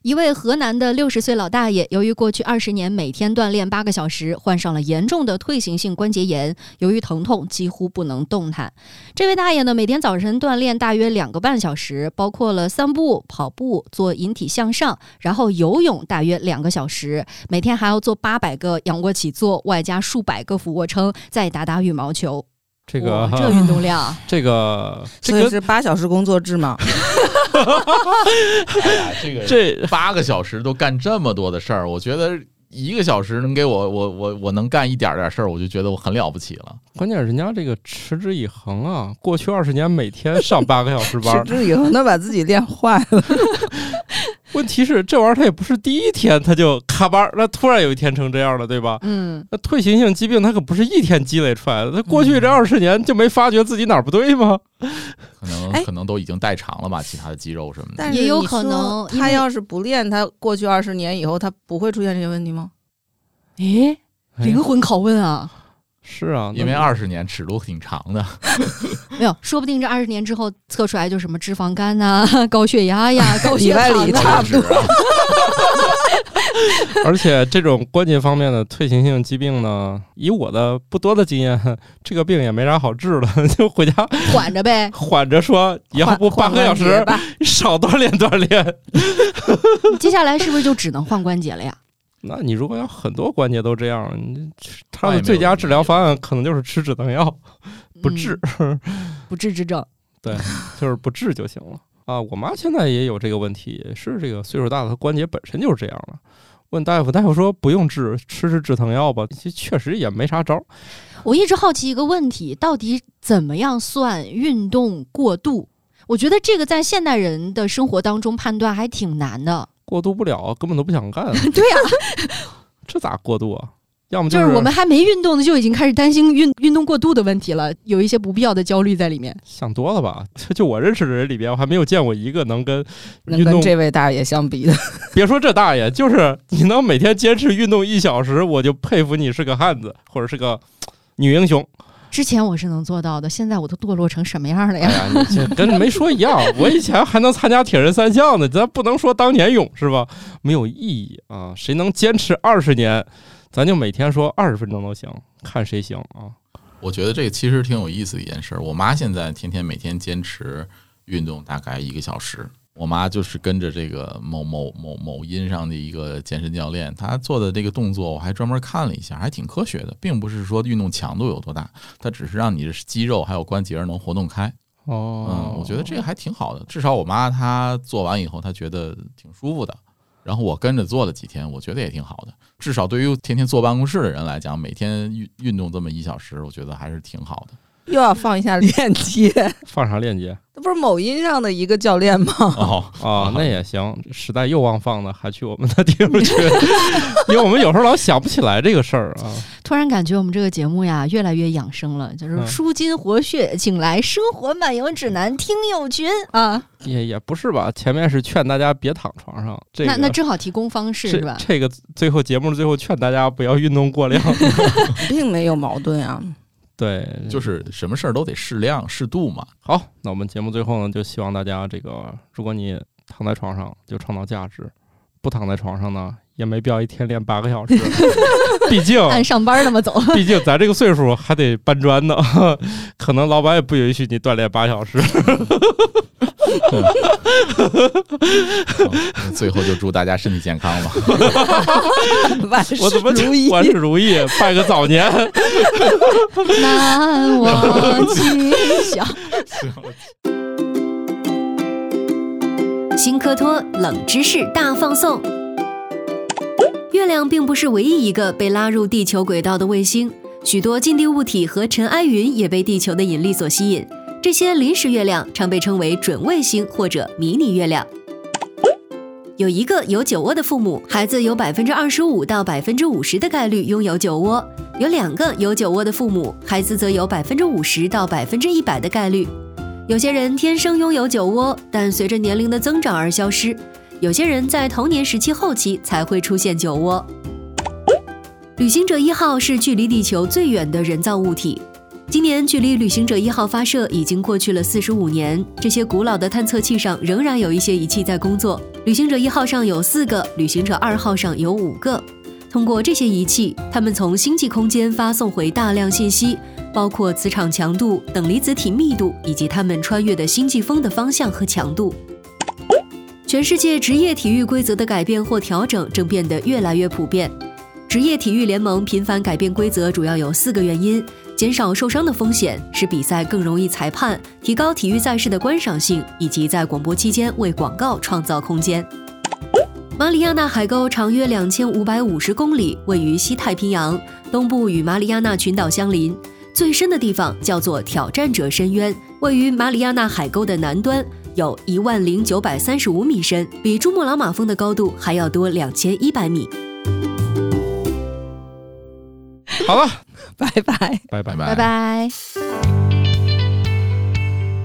Speaker 3: 一位河南的六十岁老大爷，由于过去二十年每天锻炼八个小时，患上了严重的退行性关节炎，由于疼痛几乎不能动弹。这位大爷呢，每天早晨锻炼大约两个半小时，包括了散步、跑步、做引体向上，然后游泳大约两个小时，每天还要做八百个仰卧起坐，外加数百个俯卧撑，再打打羽毛球。
Speaker 2: 这
Speaker 3: 哇
Speaker 2: 个
Speaker 3: 这运动量，
Speaker 2: 这个这
Speaker 1: 所以
Speaker 2: 个
Speaker 1: 是八小时工作制嘛？
Speaker 4: 哎呀，这个
Speaker 2: 这
Speaker 4: 八个小时都干这么多的事儿，我觉得一个小时能给我我我我能干一点点事儿，我就觉得我很了不起了。
Speaker 2: 关键人家这个持之以恒啊，过去二十年每天上八个小时 班
Speaker 1: 持
Speaker 2: 儿，
Speaker 1: 之以恒的把自己练坏了，
Speaker 2: 问题是这玩意儿他也不是第一天他就咔班儿，那突然有一天成这样了，对吧？
Speaker 3: 嗯。
Speaker 2: 那退行性疾病它可不是一天积累出来的，它过去
Speaker 4: 嗯
Speaker 2: 这二十年就没发觉自己哪儿不对吗？
Speaker 4: 可能、
Speaker 1: 哎
Speaker 4: 可能都已经代偿了吧，其他的肌肉什么 的。
Speaker 1: 但是
Speaker 3: 也有
Speaker 1: 你
Speaker 3: 可
Speaker 1: 说
Speaker 3: 能因
Speaker 1: 他
Speaker 3: 为
Speaker 1: 要是不练，他过去二十年以后，他不会出现这些问题吗？
Speaker 3: 诶，
Speaker 2: 哎
Speaker 3: 灵魂拷问啊！
Speaker 2: 是啊，那
Speaker 4: 因为二十年尺度挺长的，
Speaker 3: 没有，说不定这二十年之后测出来就什么脂肪肝呐、 高血压呀、高
Speaker 1: 里
Speaker 3: 血
Speaker 1: 外
Speaker 3: 糖
Speaker 1: 里
Speaker 3: 啊。
Speaker 1: 差 不多
Speaker 4: 不止啊
Speaker 2: 而且这种关节方面的退行性疾病呢，以我的不多的经验，这个病也没啥好治的， 就回家。
Speaker 3: 缓着呗
Speaker 2: 缓着说，要不八
Speaker 1: 换
Speaker 2: 个小
Speaker 1: 换
Speaker 2: 时
Speaker 1: 节吧，
Speaker 2: 少锻炼锻炼。
Speaker 3: 接下来是不是就只能换关节了 呀？
Speaker 2: 那你如果要很多关节都这样，你他
Speaker 4: 那也
Speaker 2: 的
Speaker 4: 没
Speaker 2: 最
Speaker 4: 有
Speaker 2: 佳
Speaker 4: 用
Speaker 2: 治疗方案可能就是吃止疼药，不治，
Speaker 3: 嗯，不治之症。
Speaker 2: 就是不治就行了啊。我妈现在也有这个问题，也是这个岁数大了，她关节本身就是这样了。问大夫，大夫说不用治，吃吃止疼药吧，其实确实也没啥招儿。
Speaker 3: 我一直好奇一个问题，到底怎么样算运动过度？我觉得这个在现代人的生活当中判断还挺难的。
Speaker 2: 过渡不了，根本都不想干，
Speaker 3: 对呀、
Speaker 2: 这咋过渡啊？要么
Speaker 3: 就是
Speaker 2: 是
Speaker 3: 我们还没运动呢，就已经开始担心运运动过度的问题了，有一些不必要的焦虑在里面。
Speaker 2: 想多了吧？ 就就我认识的人里边，我还没有见过一个能跟
Speaker 1: 能
Speaker 2: 运
Speaker 1: 跟
Speaker 2: 动，
Speaker 1: 这位大爷相比的，
Speaker 2: 别说这大爷，就是你能每天坚持运动一小时，我就佩服你是个汉子或者是个女英雄。
Speaker 3: 之前我是能做到的，现在我都堕落成什么样了呀
Speaker 2: 哎？呀， 你这跟没说一样。我以前还能参加铁人三项呢，咱不能说当年勇是吧？没有意义啊！谁能坚持二十年，咱就每天说二十分钟都行，看谁行啊。
Speaker 4: 我觉得这个其实挺有意思的一件事儿。我妈现在天天每天坚持运动大概一个小时。我妈就是跟着这个某某某某音上的一个健身教练，她做的这个动作，我还专门看了一下，还挺科学的，并不是说运动强度有多大，它只是让你的肌肉还有关节能活动开。
Speaker 2: 哦
Speaker 4: 嗯，，我觉得这个还挺好的，至少我妈她做完以后，她觉得挺舒服的。然后我跟着做了几天，我觉得也挺好的。至少对于天天坐办公室的人来讲，每天运运动这么一小时，我觉得还是挺好的。
Speaker 1: 又要放一 下链接，
Speaker 2: 放啥链接
Speaker 1: 这不是某音上的一个教练吗？
Speaker 4: 哦，
Speaker 2: 啊？那也行，时代又忘放呢，还去我们的地方去， 因为我们有时候老想不起来这个事儿啊。
Speaker 3: 突然感觉我们这个节目呀，越来越养生了，就是
Speaker 2: 嗯
Speaker 3: 舒筋活血，请来《生活漫游指南》听友群啊。
Speaker 2: 也也不是吧，前面是劝大家别躺床上，这个
Speaker 3: 那那正好提供方式
Speaker 2: 这
Speaker 3: 是吧？
Speaker 2: 这个最后节目最后劝大家不要运动过量，
Speaker 1: 并没有矛盾 啊。
Speaker 2: 对，
Speaker 4: 就是什么事儿都得适量适度嘛。
Speaker 2: 好。那我们节目最后呢，就希望大家这个，如果你躺在床上就创造价值，不躺在床上呢，也没必要一天练八个 小时，毕竟
Speaker 3: 按上班那么走，
Speaker 2: 毕竟咱这个岁数还得搬砖呢， 可能老板也不允许你锻炼八小时。
Speaker 4: 嗯最后就祝大家身体健康吧。
Speaker 1: 万事
Speaker 2: 我怎么
Speaker 1: 如意，
Speaker 2: 万事如意，拜个 早年。
Speaker 3: 难忘今宵。
Speaker 6: 新科托冷知识大放送。月亮并不是唯一一个被拉入地球轨道的卫星，许多近地物体和尘埃云也被地球的引力所吸引。这些临时月亮常被称为准卫星或者迷你月亮。有一个有酒窝的父母，孩子有百分之二十五到百分之五十的概率拥有酒窝；有两个有酒窝的父母，孩子则有百分之五十到百分之一百的概率有些人天生拥有酒窝，但随着年龄的增长而消失；有些人在童年时期后期才会出现酒窝。旅行者一号是距离地球最远的人造物体。今年距离旅行者一号发射已经过去了四十五年，这些古老的探测器上仍然有一些仪器在工作。旅行者一号上有四个，旅行者二号上有五个。通过这些仪器，他们从星际空间发送回大量信息，包括磁场强度、等离子体密度以及它们穿越的星际风的方向和强度。全世界职业体育规则的改变或调整正变得越来越普遍。职业体育联盟频繁改变规则主要有四个原因：减少受伤的风险，使比赛更容易裁判，提高体育赛事的观赏性，以及在广播期间为广告创造空间。马里亚纳海沟长约两千五百五十公里，位于西太平洋东部，与马里亚纳群岛相邻。最深的地方叫做挑战者深渊，位于马里亚纳海沟的南端，有一万零九百三十五米深，比珠穆朗玛峰的高度还要多两千一百米。
Speaker 2: 好了，
Speaker 1: 拜拜。
Speaker 2: 拜拜。
Speaker 4: 拜
Speaker 3: 拜拜。